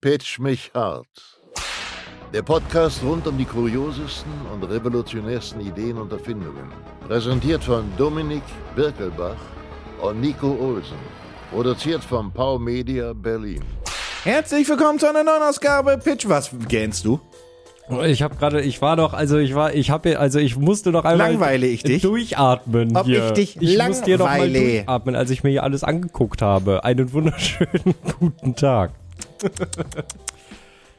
Pitch mich hart. Der Podcast rund um die kuriosesten und revolutionärsten Ideen und Erfindungen. Präsentiert von Dominik Birkelbach und Nico Olsen. Produziert von Pau Media Berlin. Herzlich willkommen zu einer neuen Ausgabe Pitch. Was gähnst du? Oh, Ich habe gerade, ich war doch, also ich war, ich habe, also ich musste doch einmal Langweile ich dich? durchatmen Ob hier. ich dich ich musste hier doch mal langweile? durchatmen, als ich mir hier alles angeguckt habe. Einen wunderschönen guten Tag.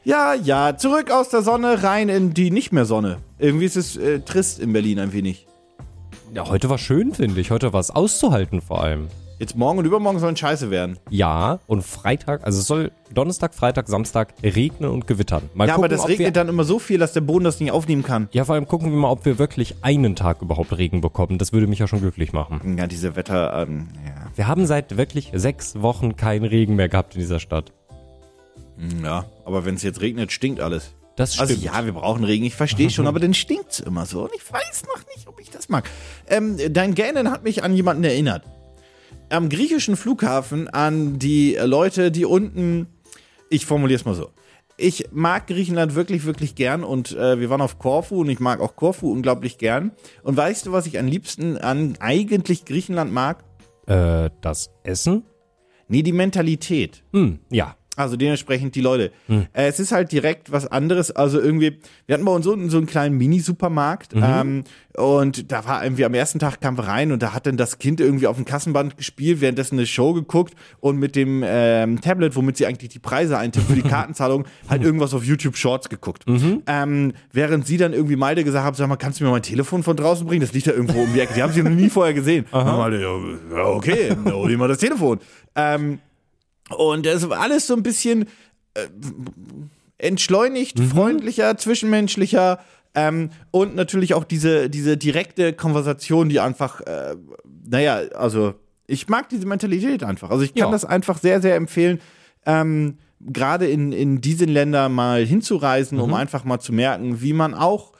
Ja, ja, zurück aus der Sonne, rein in die nicht mehr Sonne. Irgendwie ist es äh, trist in Berlin ein wenig. Ja, heute war schön, finde ich. Heute war es auszuhalten vor allem. Jetzt morgen und übermorgen sollen scheiße werden. Ja, und Freitag, also es soll Donnerstag, Freitag, Samstag regnen und gewittern. Mal ja, gucken, aber das ob regnet wir, dann immer so viel, dass der Boden das nicht aufnehmen kann. Ja, vor allem gucken wir mal, ob wir wirklich einen Tag überhaupt Regen bekommen. Das würde mich ja schon glücklich machen. Ja, diese Wetter, ähm, ja. Wir haben seit wirklich sechs Wochen keinen Regen mehr gehabt in dieser Stadt. Ja, aber wenn es jetzt regnet, stinkt alles. Das stimmt. Also ja, wir brauchen Regen, ich verstehe schon, aber dann stinkt's immer so. Und ich weiß noch nicht, ob ich das mag. Ähm, dein Gähnen hat mich an jemanden erinnert. Am griechischen Flughafen an die äh, Leute, die unten. Ich formuliere es mal so. Ich mag Griechenland wirklich, wirklich gern und äh, wir waren auf Korfu und ich mag auch Korfu unglaublich gern. Und weißt du, was ich am liebsten an eigentlich Griechenland mag? Äh, das Essen? Nee, die Mentalität. Hm, ja. Also dementsprechend die Leute. Äh, es ist halt direkt was anderes. Also irgendwie, wir hatten bei uns unten so einen kleinen Mini-Supermarkt ähm, und da war irgendwie am ersten Tag kamen wir rein und da hat dann das Kind irgendwie auf dem Kassenband gespielt, währenddessen eine Show geguckt und mit dem ähm, Tablet, womit sie eigentlich die Preise eintippt für die Kartenzahlung, halt irgendwas auf YouTube Shorts geguckt. Ähm, während sie dann irgendwie Malte gesagt hat, sag mal, kannst du mir mein Telefon von draußen bringen? Das liegt da irgendwo um die Ecke. Die haben sie noch nie vorher gesehen. Und Malte, ja, okay, dann hol dir mal das Telefon. Ähm, und das war alles so ein bisschen äh, entschleunigt, freundlicher, zwischenmenschlicher. Ähm, und natürlich auch diese, diese direkte Konversation, die einfach, äh, naja, also ich mag diese Mentalität einfach. Also ich kann Ja. das einfach sehr, sehr empfehlen, ähm, gerade in, in diesen Länder mal hinzureisen, um einfach mal zu merken, wie man auch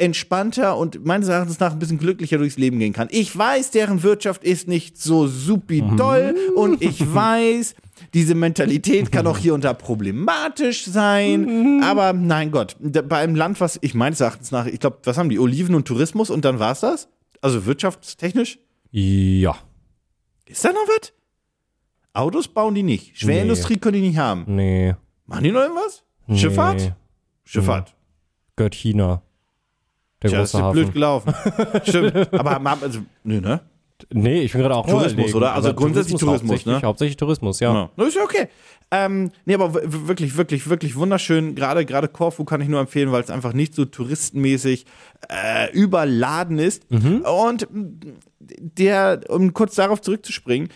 entspannter und meines Erachtens nach ein bisschen glücklicher durchs Leben gehen kann. Ich weiß, deren Wirtschaft ist nicht so supi doll und ich weiß, diese Mentalität kann auch hier und da problematisch sein, aber nein Gott, da- bei einem Land, was ich meines Erachtens nach, ich glaube, was haben die Oliven und Tourismus und dann war's das? Also wirtschaftstechnisch Ja. ist da noch was? Autos bauen die nicht, Schwerindustrie können die nicht haben. Nee. Machen die noch irgendwas? Schifffahrt? Nee. Schifffahrt. Gehört China. Der Tja, das große ist dir blöd Hafen. gelaufen. Stimmt. Aber haben- haben- also, nö, ne? Nee, ich bin gerade auch am Tourismus, überlegen, oder? Also aber grundsätzlich Tourismus, hauptsächlich, ne? hauptsächlich Tourismus, ja. Ja. Ist ja okay. Ähm, nee, aber w- w- wirklich, wirklich, wirklich wunderschön. Gerade gerade Korfu kann ich nur empfehlen, weil es einfach nicht so touristenmäßig äh, überladen ist. Mhm. Und mh, der, um kurz darauf zurückzuspringen,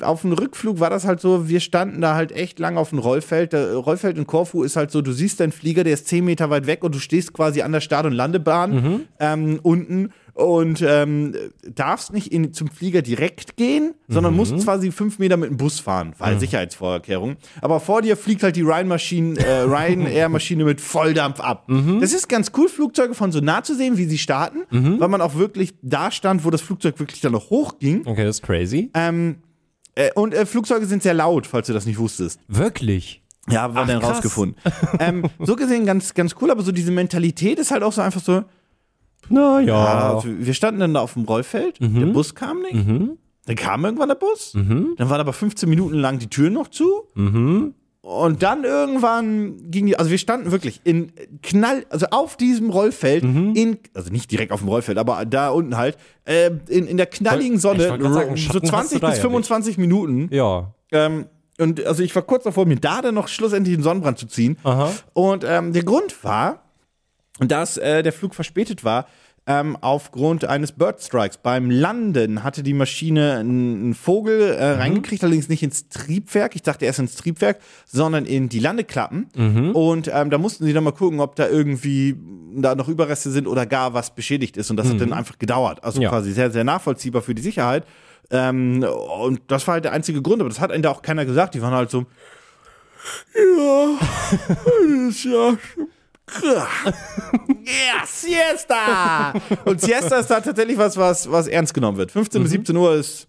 auf dem Rückflug war das halt so, wir standen da halt echt lang auf dem Rollfeld. Der Rollfeld in Korfu ist halt so, du siehst deinen Flieger, der ist 10 Meter weit weg und du stehst quasi an der Start- und Landebahn Mhm. ähm, unten und ähm, darfst nicht in, zum Flieger direkt gehen, sondern musst quasi fünf Meter mit dem Bus fahren, weil Sicherheitsvorkehrungen. Aber vor dir fliegt halt die Ryan-Maschine, äh, Ryanair-Maschine mit Volldampf ab. Das ist ganz cool, Flugzeuge von so nah zu sehen, wie sie starten, weil man auch wirklich da stand, wo das Flugzeug wirklich dann noch hochging. Okay, das ist crazy. Äh, und äh, Flugzeuge sind sehr laut, falls du das nicht wusstest. Wirklich? Ja, haben wir dann krass. rausgefunden. ähm, so gesehen ganz, ganz cool, aber so diese Mentalität ist halt auch so einfach so, Naja. Ah, wir standen dann da auf dem Rollfeld, Mhm. der Bus kam nicht. Dann kam irgendwann der Bus. Dann waren aber 15 Minuten lang die Türen noch zu. Mhm. Und dann irgendwann ging die, also wir standen wirklich in Knall, also auf diesem Rollfeld, Mhm. in, also nicht direkt auf dem Rollfeld, aber da unten halt, äh, in, in der knalligen Ich wollt Sonne, grad sagen, so Schatten hast 20 du da bis ja 25 Minuten. Ja. Ähm, und also ich war kurz davor, mir da dann noch schlussendlich einen Sonnenbrand zu ziehen. Aha. Und ähm, der Grund war, dass äh, der Flug verspätet war. Ähm, aufgrund eines Birdstrikes. Beim Landen hatte die Maschine einen einen Vogel äh, Mhm. reingekriegt, allerdings nicht ins Triebwerk. Ich dachte erst ins Triebwerk, sondern in die Landeklappen. Mhm. Und ähm, da mussten sie dann mal gucken, ob da irgendwie da noch Überreste sind oder gar was beschädigt ist. Und das hat dann einfach gedauert. Also Mhm. Ja. quasi sehr, sehr nachvollziehbar für die Sicherheit. Ähm, und das war halt der einzige Grund, aber das hat einem da auch keiner gesagt. Die waren halt so, ja, das ist ja schon krass. Yeah, Siesta! Und Mhm. Siesta ist da tatsächlich was, was, was ernst genommen wird. 15 bis 17 Uhr ist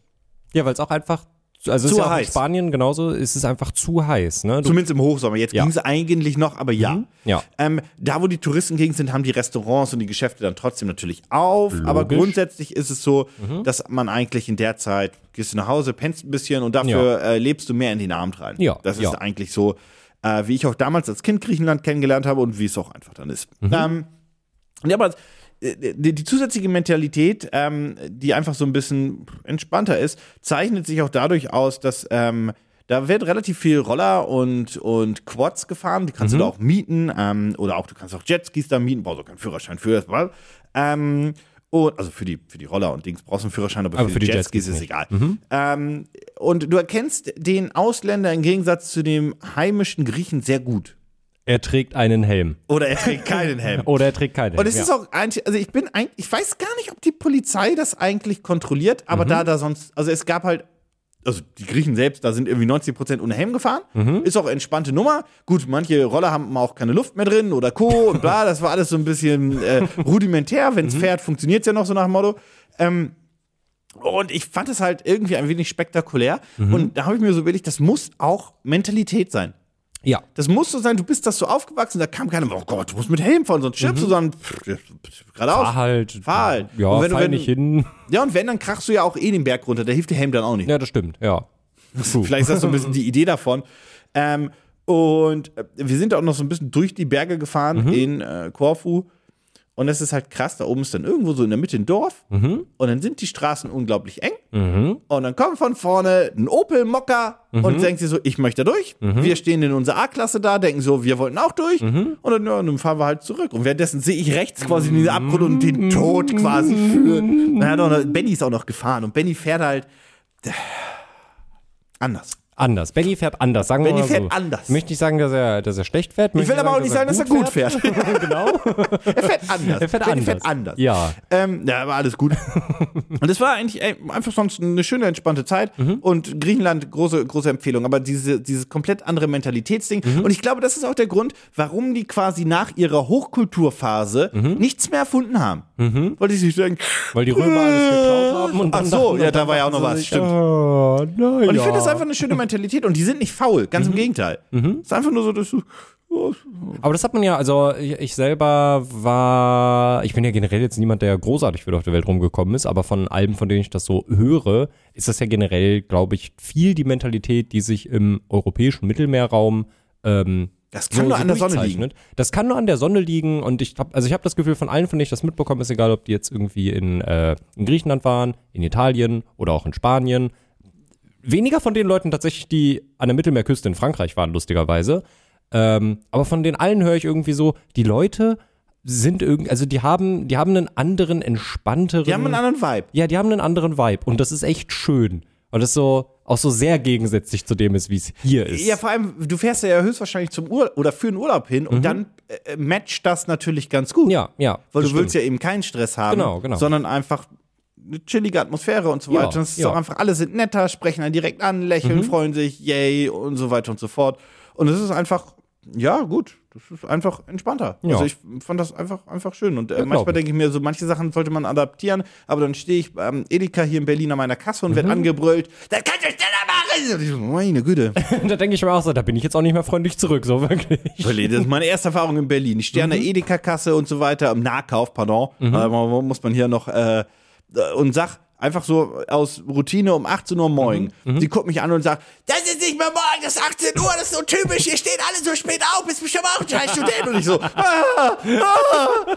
Ja, weil es auch einfach Also es Zu ist ja auch in heiß. Spanien genauso, es ist einfach zu heiß. Ne? Du, Also Zumindest im Hochsommer. Jetzt Ja. Mhm. ging es eigentlich noch, aber ja. Ja. Ähm, da, wo die Touristen gegen sind, haben die Restaurants und die Geschäfte dann trotzdem natürlich auf. Aber grundsätzlich ist es so, Mhm. dass man eigentlich in der Zeit gehst du nach Hause, pennst ein bisschen und dafür äh, lebst du mehr in den Abend rein. Ja, Das ist ja. eigentlich so, äh, wie ich auch damals als Kind Griechenland kennengelernt habe und wie es auch einfach dann ist. Mhm. Ähm, ja, aber äh, die, die zusätzliche Mentalität, ähm, die einfach so ein bisschen entspannter ist, zeichnet sich auch dadurch aus, dass ähm, da wird relativ viel Roller und, und Quads gefahren. Die kannst du da auch mieten. Ähm, oder auch, du kannst auch Jetskis da mieten. Brauchst auch keinen Führerschein für das. bla. Ähm, und, also für die, für die Roller und Dings brauchst du einen Führerschein, aber, für, die Jetskis, ist nicht. egal. Ähm, und du erkennst den Ausländer im Gegensatz zu dem heimischen Griechen sehr gut. er trägt einen Helm. Oder er trägt keinen Helm. Oder er trägt keinen Helm. Und es ist auch eigentlich, also ich bin eigentlich, ich weiß gar nicht, ob die Polizei das eigentlich kontrolliert, aber da da sonst, also es gab halt, also die Griechen selbst, da sind irgendwie 90 Prozent ohne Helm gefahren, ist auch entspannte Nummer. Gut, manche Roller haben auch keine Luft mehr drin oder Co. und bla, das war alles so ein bisschen äh, rudimentär. Wenn's fährt, funktioniert's ja noch so nach dem Motto. Ähm, Und ich fand es halt irgendwie ein wenig spektakulär. Und da habe ich mir so überlegt, das muss auch Mentalität sein. ja. Das muss so sein, du bist das so aufgewachsen, da kam keiner, oh Gott, du musst mit Helm fahren, sonst stirbst du, sondern pff, pff, geradeaus. Mhm. Fahr halt. Fahr halt. Ja, Und wenn du- fall wenn- nicht hin. Ja, und wenn, dann krachst du ja auch eh den Berg runter, da hilft der Helm dann auch nicht. Ja, das stimmt. Ja. Vielleicht ist das so ein bisschen die Idee davon. Ähm, und äh, wir sind auch noch so ein bisschen durch die Berge gefahren in äh, Korfu. Und das ist halt krass, da oben ist dann irgendwo so in der Mitte ein Dorf. Und dann sind die Straßen unglaublich eng. Und dann kommt von vorne ein Opel Mokka und denkt sich so, ich möchte da durch. Wir stehen in unserer A-Klasse da, denken so, wir wollten auch durch. Und dann, ja, dann fahren wir halt zurück. Und währenddessen sehe ich rechts quasi diese Abgrund und den Tod quasi für. Dann hat auch noch, Benny ist auch noch gefahren und Benny fährt halt äh, anders. Anders. Benny fährt anders, sagen Benny wir mal so. fährt anders. Möchte nicht sagen, dass er, dass er schlecht fährt. Ich will aber auch nicht sagen, dass er gut fährt. genau. er fährt anders. Er fährt Benny anders. fährt anders. Ja. Ähm, ja, war alles gut. und es war eigentlich ey, einfach sonst eine schöne, entspannte Zeit. Mhm. Und Griechenland, große, große Empfehlung. Aber diese, dieses komplett andere Mentalitätsding. Mhm. Und ich glaube, das ist auch der Grund, warum die quasi nach ihrer Hochkulturphase nichts mehr erfunden haben. Weil die sich denken, Mhm. Weil die Römer alles geklaut haben. Und Ach dann so, dachten- ja, da war ja auch noch dachten sie was, sich, stimmt. Ah, na ja. Mhm. Und ich finde das einfach eine schöne Mentalität. Und die sind nicht faul, ganz im Gegenteil. Es ist einfach nur so, dass du. oh, Aber das hat man ja, also ich, ich selber war, ich bin ja generell jetzt niemand, der großartig viel auf der Welt rumgekommen ist, aber von Alben, von denen ich das so höre, ist das ja generell, glaube ich, viel die Mentalität, die sich im europäischen Mittelmeerraum ähm, Das kann nur an der Sonne liegen. durchzeichnet. Das kann nur an der Sonne liegen und ich habe, also ich habe das Gefühl, von allen, von denen ich das mitbekommen, ist egal, ob die jetzt irgendwie in, äh, in Griechenland waren, in Italien oder auch in Spanien, weniger von den Leuten tatsächlich, die an der Mittelmeerküste in Frankreich waren, lustigerweise. Ähm, aber von den allen höre ich irgendwie so, die Leute sind irgendwie, also die haben, die haben einen anderen, entspannteren. Die haben einen anderen Vibe. ja, die haben einen anderen Vibe und das ist echt schön. Und das ist so auch so sehr gegensätzlich zu dem ist, wie es hier ist. Ja, vor allem, du fährst ja höchstwahrscheinlich zum Urlaub oder für einen Urlaub hin und dann äh, matcht das natürlich ganz gut. ja, ja. Weil du das willst ja eben keinen Stress haben, Genau, genau. sondern einfach eine chillige Atmosphäre und so Ja, weiter. Und es ist ja. Mhm. auch einfach, alle sind netter, sprechen einen direkt an, lächeln, freuen sich, yay und so weiter und so fort. Und es ist einfach, ja, gut. Das ist einfach entspannter. Ja. Also ich fand das einfach, einfach schön. Und äh, glaub manchmal ich. denke ich mir, so manche Sachen sollte man adaptieren, aber dann stehe ich ähm, Edeka hier in Berlin an meiner Kasse und Mhm. werd angebrüllt, das kannst du schneller machen! Und ich so, meine Güte. stimmt. da denke ich mir auch so, da bin ich jetzt auch nicht mehr freundlich zurück, so wirklich. Berlin, das ist meine erste Erfahrung in Berlin. Ich stehe Mhm. an der Edeka-Kasse und so weiter, im Nahkauf, pardon, äh, mu- muss man hier noch, äh, äh, und sag einfach so aus Routine um 18 Uhr morgen. Mhm. Sie guckt mich an und sagt, das ist nicht mehr morgen, das ist 18 Uhr, das ist so typisch, ihr steht alle so spät auf, bist bestimmt auch ein scheiß Student. Und ich so, ah, ah, Oh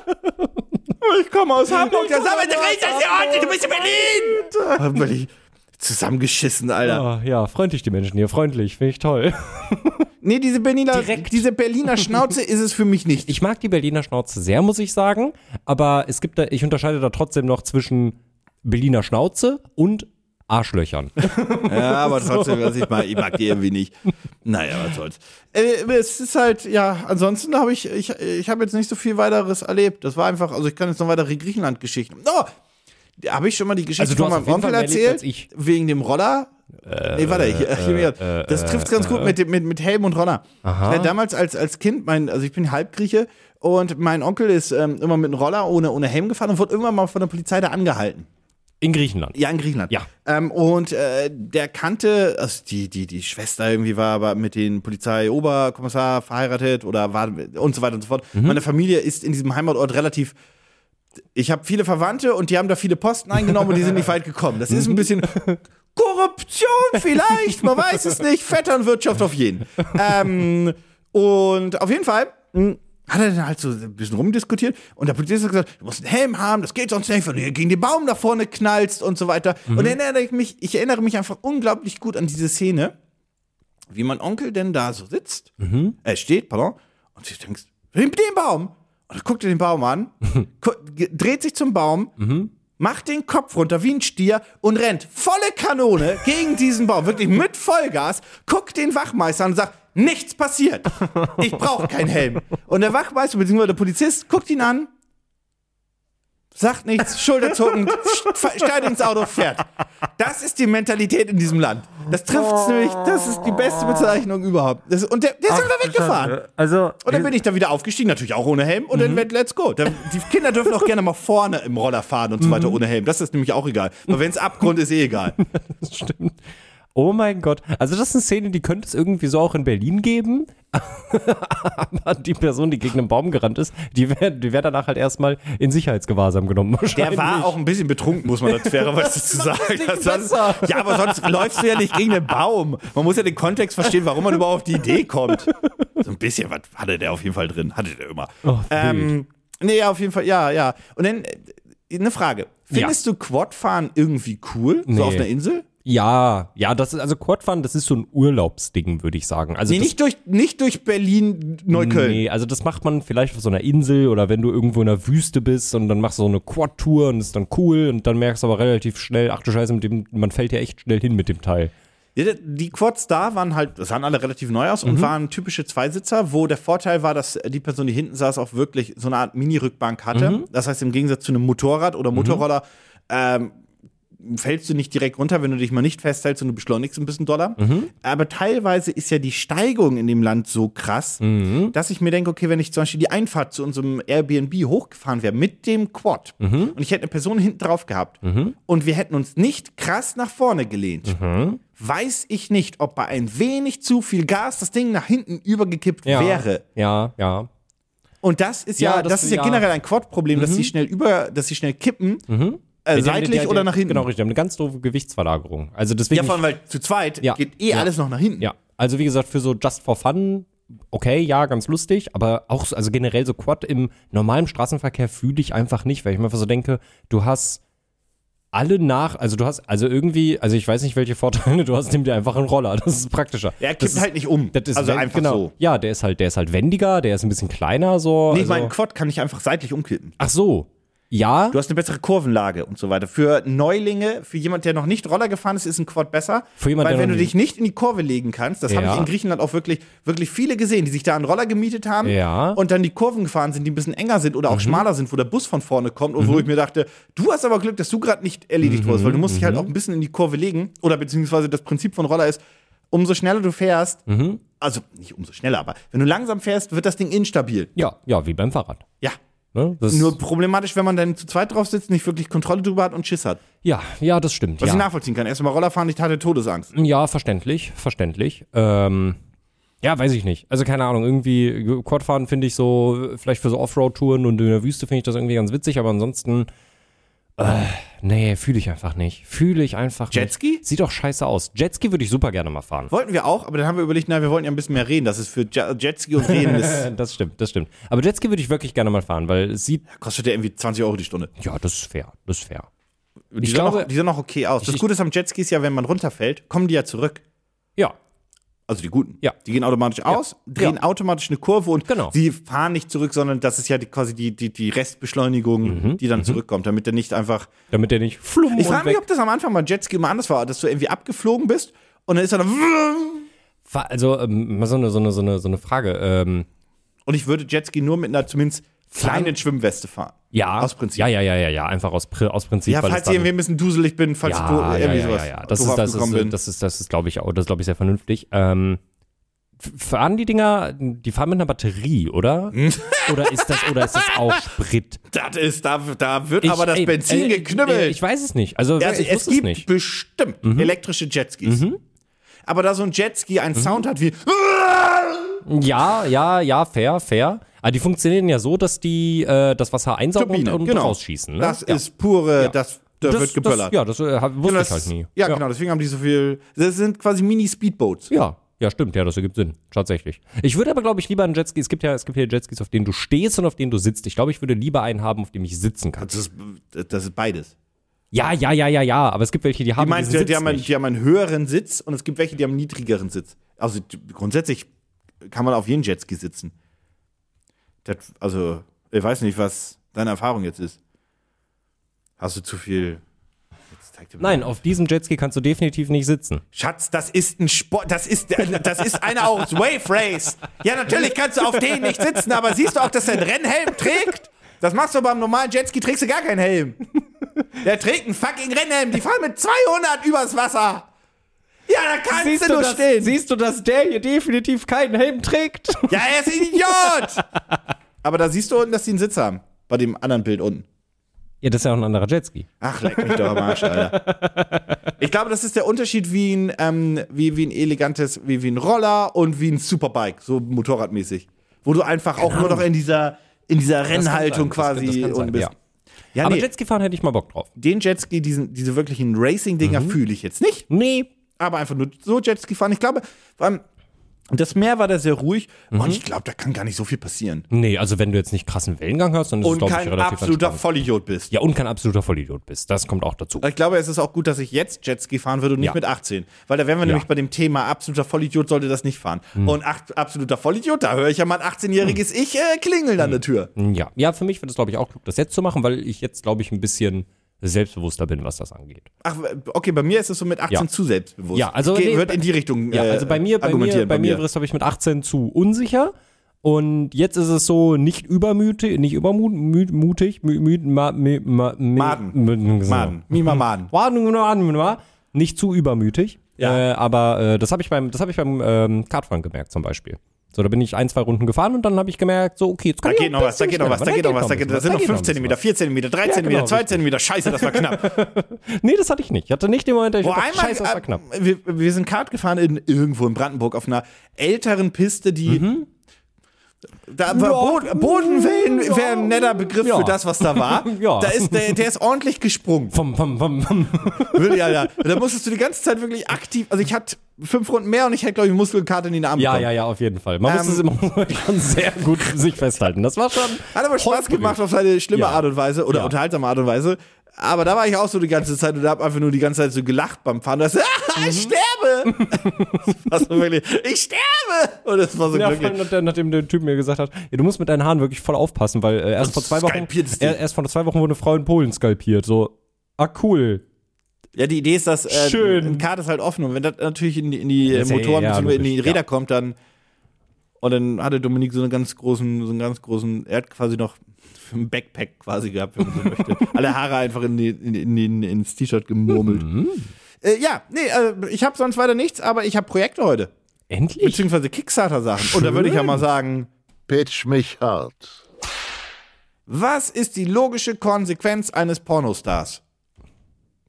ich komme aus Hamburg, da sammelt der Richter, ist der Ort, du bist in Berlin. Hab Berlin zusammengeschissen, Alter. Ja, ja, freundlich die Menschen hier, freundlich, finde ich toll. Nee, diese Berliner, Direkt. diese Berliner Schnauze ist es für mich nicht. Ich mag die Berliner Schnauze sehr, muss ich sagen. Aber es gibt da, ich unterscheide da trotzdem noch zwischen Berliner Schnauze und Arschlöchern. Ja, aber trotzdem, was ich mag, ich mag die irgendwie nicht. Naja, was soll's. Äh, es ist halt, ja, ansonsten habe ich, ich, ich habe jetzt nicht so viel weiteres erlebt. Das war einfach, also ich kann jetzt noch weitere Griechenland-Geschichten. Oh, habe ich schon mal die Geschichte Also du von hast meinem auf jeden Onkel Fall mehr erlebt erzählt? als ich. Äh, Wegen dem Roller? nee, warte, ich, ich, das trifft ganz gut mit, dem- mit, mit Helm und Roller. Ja, damals als, als Kind, mein, also ich bin Halbgrieche und mein Onkel ist ähm, immer mit einem Roller ohne, ohne Helm gefahren und wurde irgendwann mal von der Polizei da angehalten. In Griechenland. Ja, in Griechenland. Ja. Ähm, und äh, der kannte, also die, die, die Schwester irgendwie war aber mit dem Polizeioberkommissar verheiratet oder war und so weiter und so fort. Mhm. Meine Familie ist in diesem Heimatort relativ. Ich habe viele Verwandte und die haben da viele Posten eingenommen und die sind nicht weit gekommen. Das ist ein bisschen Korruption vielleicht, man weiß es nicht. Vetternwirtschaft auf jeden. Ähm, und auf jeden Fall mh, hat er dann halt so ein bisschen rumdiskutiert und der Polizist hat gesagt, du musst einen Helm haben, das geht sonst nicht, wenn du hier gegen den Baum da vorne knallst und so weiter. Und dann erinnere ich mich, ich erinnere mich einfach unglaublich gut an diese Szene, wie mein Onkel denn da so sitzt, äh, steht, pardon, und du denkst, nimm den Baum. Und dann guckt er den Baum an, gu- ge- dreht sich zum Baum, macht den Kopf runter wie ein Stier und rennt volle Kanone gegen diesen Baum, wirklich mit Vollgas, guckt den Wachmeister an und sagt, nichts passiert. Ich brauche keinen Helm. Und der Wachmeister bzw. der Polizist guckt ihn an, sagt nichts, schulterzuckend, st- steigt ins Auto, fährt. Das ist die Mentalität in diesem Land. Das trifft es nämlich, das ist die beste Bezeichnung überhaupt. Das, und der, der ist einfach weggefahren. Also, Und dann bin ich da wieder aufgestiegen, natürlich auch ohne Helm. Und dann wird Let's Go. Da, die Kinder dürfen auch gerne mal vorne im Roller fahren und so weiter ohne Helm. Das ist nämlich auch egal. Aber wenn es Abgrund ist, eh egal. Das stimmt. Oh mein Gott. Also das ist eine Szene, die könnte es irgendwie so auch in Berlin geben. Aber die Person, die gegen einen Baum gerannt ist, die wäre die wär danach halt erstmal in Sicherheitsgewahrsam genommen. Der wahrscheinlich. war auch ein bisschen betrunken, muss man das fairerweise zu sagen. nicht Sonst- besser. ja, aber sonst läufst du ja nicht gegen den Baum. Man muss ja den Kontext verstehen, warum man überhaupt auf die Idee kommt. So ein bisschen was hatte der auf jeden Fall drin. Hatte der immer. Oh, wild. ähm, nee, ja, auf jeden Fall, ja, ja. Und dann äh, eine Frage. Findest du Quadfahren irgendwie cool? Nee. So auf einer Insel? Ja, ja, das ist, also Quadfahren, das ist so ein Urlaubsding, würde ich sagen. Also Nee, das, nicht durch, nicht durch Berlin-Neukölln. Nee, also das macht man vielleicht auf so einer Insel oder wenn du irgendwo in der Wüste bist und dann machst du so eine Quad-Tour und ist dann cool und dann merkst du aber relativ schnell, ach du Scheiße, mit dem, man fällt ja echt schnell hin mit dem Teil. Ja, die Quads da waren halt, sahen alle relativ neu aus und waren typische Zweisitzer, wo der Vorteil war, dass die Person, die hinten saß, auch wirklich so eine Art Mini-Rückbank hatte. Das heißt, im Gegensatz zu einem Motorrad oder Motorroller ähm, fällst du nicht direkt runter, wenn du dich mal nicht festhältst und du beschleunigst ein bisschen doller. Mhm. Aber teilweise ist ja die Steigung in dem Land so krass, Mhm. dass ich mir denke, okay, wenn ich zum Beispiel die Einfahrt zu unserem Airbnb hochgefahren wäre mit dem Quad Mhm. und ich hätte eine Person hinten drauf gehabt und wir hätten uns nicht krass nach vorne gelehnt Mhm. weiß ich nicht, ob bei ein wenig zu viel Gas das Ding nach hinten übergekippt Ja. wäre. Ja, ja. Und das ist ja, Ja, das, das- ist ja, ja. Mhm. generell ein Quad-Problem, dass sie schnell über, dass sie schnell kippen, äh, Die haben- seitlich die- die- oder nach hinten. Genau, richtig. Die haben eine ganz doofe Gewichtsverlagerung. Also deswegen. Ja, vor allem, weil zu zweit Ja. geht eh Ja. alles noch nach hinten. ja, also wie gesagt, für so Just for Fun, okay, ja, ganz lustig, aber auch, so- also generell so Quad im normalen Straßenverkehr fühle ich einfach nicht, weil ich mir einfach so denke, du hast alle nach, also du hast, also irgendwie, also ich weiß nicht, welche Vorteile du hast, nimm dir einfach einen Roller, das ist praktischer. Er kippt das ist, halt nicht um. Das ist also wenn- einfach genau. so. Ja, der ist halt, der ist halt wendiger, der ist ein bisschen kleiner so. Nee, also, mein Quad kann ich einfach seitlich umkippen. ach so. Ja, Du hast eine bessere Kurvenlage und so weiter. Für Neulinge, für jemand, der noch nicht Roller gefahren ist, ist ein Quad besser. Für jemand, weil der wenn noch du nie- dich nicht in die Kurve legen kannst, das habe Ja. ich in Griechenland auch wirklich, wirklich viele gesehen, die sich da einen Roller gemietet haben Ja. Mhm. und dann die Kurven gefahren sind, die ein bisschen enger sind oder auch schmaler sind, wo der Bus von vorne kommt und wo ich mir dachte, du hast aber Glück, dass du gerade nicht erledigt wurdest, weil du musst dich Mhm. halt auch ein bisschen in die Kurve legen. Oder beziehungsweise das Prinzip von Roller ist, umso schneller du fährst, Mhm. also nicht umso schneller, aber wenn du langsam fährst, wird das Ding instabil. ja, ja, wie beim Fahrrad. Ja. Ne? Das, Nur problematisch, wenn man dann zu zweit drauf sitzt, nicht wirklich Kontrolle drüber hat und Schiss hat. ja, ja, das stimmt. Was ja. ich nachvollziehen kann. Erstmal Roller fahren, ich hatte Todesangst. Ja, verständlich, verständlich. Ähm, ja, weiß ich nicht. Also keine Ahnung, irgendwie Quadfahren finde ich so, vielleicht für so Offroad-Touren und in der Wüste finde ich das irgendwie ganz witzig, aber ansonsten, äh, nee, fühle ich einfach nicht. Fühle ich einfach Jetski? nicht. Sieht doch scheiße aus. Jetski würde ich super gerne mal fahren. Wollten wir auch, aber dann haben wir überlegt, na, wir wollten ja ein bisschen mehr reden. Das ist für Je- Jetski und Reden, das Das stimmt, das stimmt. Aber Jetski würde ich wirklich gerne mal fahren, weil es sieht, kostet ja irgendwie 20 Euro die Stunde. ja, das ist fair, das ist fair. Die, Ich sahen, glaube- noch, die sahen noch okay aus. Das Ich- Gute ist am Jetski ist ja, wenn man runterfällt, kommen die ja zurück. Ja, Also die guten. Ja. Die gehen automatisch aus, drehen Ja. automatisch eine Kurve und Genau. sie fahren nicht zurück, sondern das ist ja die, quasi die, die, die Restbeschleunigung, die dann zurückkommt, damit er nicht einfach. damit der nicht flumm Mhm. Ich und frage weg. mich, ob das am Anfang beim Jetski immer anders war, dass du irgendwie abgeflogen bist und dann ist er dann. Fa- Also, ähm, mal so eine, so eine, so eine, so eine Frage. Ähm, Und ich würde Jetski nur mit einer zumindest kleinen Schwimmweste fahren. ja. Aus Prinzip. Ja, ja, ja, ja, ja, einfach aus, Pri- aus Prinzip. Ja, weil es falls ich dann- irgendwie ein bisschen duselig bin, falls ich do- ja, ja, Also irgendwie ja, sowas ja, ja. Das doof ist, das aufgekommen ist, das ist, das ist, glaube ich, auch, das glaube ich sehr vernünftig. Ähm, fahren die Dinger, die fahren mit einer Batterie, oder? Hm. oder ist das, oder ist das auch Sprit? Das ist, da, da wird Ich- aber das ey, Benzin äh, geknüppelt. äh, Ich weiß es nicht. Also, also ich es wusste es gibt nicht. Mhm. bestimmt elektrische Jetskis. Aber da so ein Jetski Mhm. einen Sound hat wie Ja, ja, ja, fair, fair. Aber die funktionieren ja so, dass die äh, das Wasser einsaugen Turbine, und, und genau. rausschießen. Ne? Das ja. ist pure, das, da das, wird geböllert. Das, ja, das äh, hab- wusste Genau, ich halt das- nie. Ja, genau, deswegen haben die so viel. Das sind quasi Mini-Speedboats. Ja, ja, stimmt, ja, das ergibt Sinn, tatsächlich. Ich würde aber, glaube ich, lieber einen Jetski, es gibt ja, es gibt ja Jetskis, auf denen du stehst und auf denen du sitzt. Ich glaube, ich würde lieber einen haben, auf dem ich sitzen kann. Das ist, das ist beides. Ja, ja, ja, ja, ja, aber es gibt welche, die haben Ich meine, diesen die, Sitz die, haben einen, nicht. die haben einen höheren Sitz und es gibt welche, die haben einen niedrigeren Sitz. Also die- grundsätzlich kann man auf jeden Jetski sitzen. Das, also, ich weiß nicht, was deine Erfahrung jetzt ist. Hast du zu viel. Jetzt zeig dir mal- Nein, auf diesem Jetski kannst du definitiv nicht sitzen. Schatz, das ist ein Sport, das ist, das ist eine aus Wave Race. Ja, natürlich kannst du auf den nicht sitzen, aber siehst du auch, dass der einen Rennhelm trägt? Das machst du beim normalen Jetski, trägst du gar keinen Helm. Der trägt einen fucking Rennhelm, die fahren mit 200 übers Wasser. Ja, da kannst du nur stehen. siehst du, dass der hier definitiv keinen Helm trägt? Ja, er ist ein Idiot. Aber da siehst du unten, dass die einen Sitz haben. Bei dem anderen Bild unten. Ja, das ist ja auch ein anderer Jetski. Ach, leck mich doch am Arsch, Alter. Ich glaube, das ist der Unterschied wie ein, ähm, wie, wie ein elegantes, wie, wie ein Roller und wie ein Superbike, so motorradmäßig. Wo du einfach auch nur noch in dieser, in dieser Rennhaltung sein, das kann- quasi das kann sein, unten bist. ja. Ja, aber nee, Jetski fahren hätte ich mal Bock drauf. den Jetski, diesen, diese wirklichen Racing-Dinger Mhm. fühle ich jetzt nicht. Nee. Aber einfach nur so Jetski fahren. Ich glaube, vor allem, das Meer war da sehr ruhig Mhm. und ich glaube, da kann gar nicht so viel passieren. Nee, also wenn du jetzt nicht krassen Wellengang hast, dann ist es, Und glaube ich, kein relativ absoluter entspannt. Vollidiot bist. Ja, und kein absoluter Vollidiot bist. Das kommt auch dazu. Ich glaube, es ist auch gut, dass ich jetzt Jetski fahren würde und nicht Ja. mit 18. Weil da wären wir nämlich bei dem Thema, absoluter Vollidiot sollte das nicht fahren. Hm. Und ach, absoluter Vollidiot, da höre ich ja mein 18-jähriges Ich äh, klingeln Hm. an der Tür. Ja, ja für mich wird es, glaube ich, auch klug, das jetzt zu machen, weil ich jetzt, glaube ich, ein bisschen selbstbewusster bin, was das angeht. Ach, okay, bei mir ist es so mit 18 Ja. zu selbstbewusst. Ja, also, Ich geh- nee, wird bei- in die Richtung Ja, äh, also bei mir, bei mir, argumentieren. bei mir, ist, glaube ich, mit 18 zu unsicher. Und jetzt ist es so nicht übermütig, nicht übermutig, mü, mü, ma, mi, ma, mi, Maden. mü- genau. Maden. Mima Maden. Maden, genau, Maden, genau. Nicht zu übermütig. Ja. Äh, aber äh, das habe ich beim, das habe ich beim ähm, Kartfahren gemerkt zum Beispiel. So, da bin ich ein, zwei Runden gefahren und dann habe ich gemerkt, so, okay, jetzt Da kann ich geht noch ein was, da bisschen geht noch was, schneller, da geht noch was, da ein geht bisschen Das sind noch da geht 5 ein bisschen Zentimeter, 4 Zentimeter, 3 Zentimeter, genau, 2 richtig. Zentimeter. Scheiße, das war knapp. was. Nee, das hatte ich nicht. Ich hatte nicht den Moment, dass ich Wo dachte, einmal, scheiße, das war äh, knapp. Wir, wir sind Kart gefahren in irgendwo in Brandenburg auf einer älteren Piste, die. Mhm. Da war Bo Bodenwellen Ja. wäre ein netter Begriff Ja. für das, was da war. Ja. Da ist, der, der ist ordentlich gesprungen. Vom, vom, vom, vom. Würde ja, ja. Da musstest du die ganze Zeit wirklich aktiv. Also ich hatte fünf Runden mehr und ich hätte, glaube ich, Muskelkarte in den Arm Ja, bekommen. ja, ja, auf jeden Fall. Man Ähm. muss es immer schon sehr gut sich festhalten. Das war schon. Hat aber Spaß holprig. gemacht auf seine schlimme Ja. Art und Weise oder Ja. unterhaltsame Art und Weise. Aber da war ich auch so die ganze Zeit und hab einfach nur die ganze Zeit so gelacht beim Fahren. Dass, ah, ich Mhm. sterbe! das war so wirklich, ich sterbe! Und das war so Ja, vor glücklich. allem, nachdem- nachdem der Typ mir gesagt hat, ja, du musst mit deinen Haaren wirklich voll aufpassen, weil äh, erst vor zwei Wochen skalpiert das Ding. er, erst vor zwei Wochen wurde eine Frau in Polen skalpiert. So, ah cool. Ja, die Idee ist, dass äh, Schön. ein Kart ist halt offen und wenn das natürlich in die, in die äh, ist ja- Motoren ja, bzw. in die logisch, Räder ja. kommt, dann und dann hatte Dominik so einen ganz großen, so einen ganz großen, er hat quasi noch einen Backpack quasi gehabt, wenn man so möchte. Alle Haare einfach in die, in, in, in, ins T-Shirt gemurmelt. Mhm. Äh, ja, nee, äh, ich habe sonst weiter nichts, aber ich habe Projekte heute, Endlich? beziehungsweise Kickstarter-Sachen. Und da würde ich ja mal sagen, Pitch mich hart. was ist die logische Konsequenz eines Pornostars?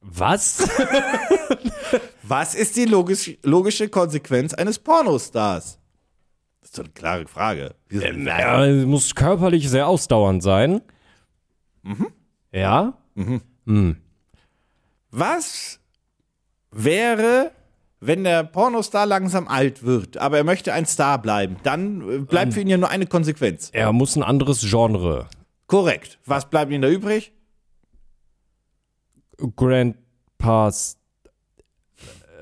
Was? Was ist die logisch, logische Konsequenz eines Pornostars? Das ist doch eine klare Frage. Wie so- ja, es muss körperlich sehr ausdauernd sein. Mhm. Mhm. Ja? Was wäre, wenn der Pornostar langsam alt wird, aber er möchte ein Star bleiben? Dann äh, bleibt für ihn ja nur eine Konsequenz. Er muss ein anderes Genre. Korrekt. Was bleibt ihm da übrig? Grandpa's.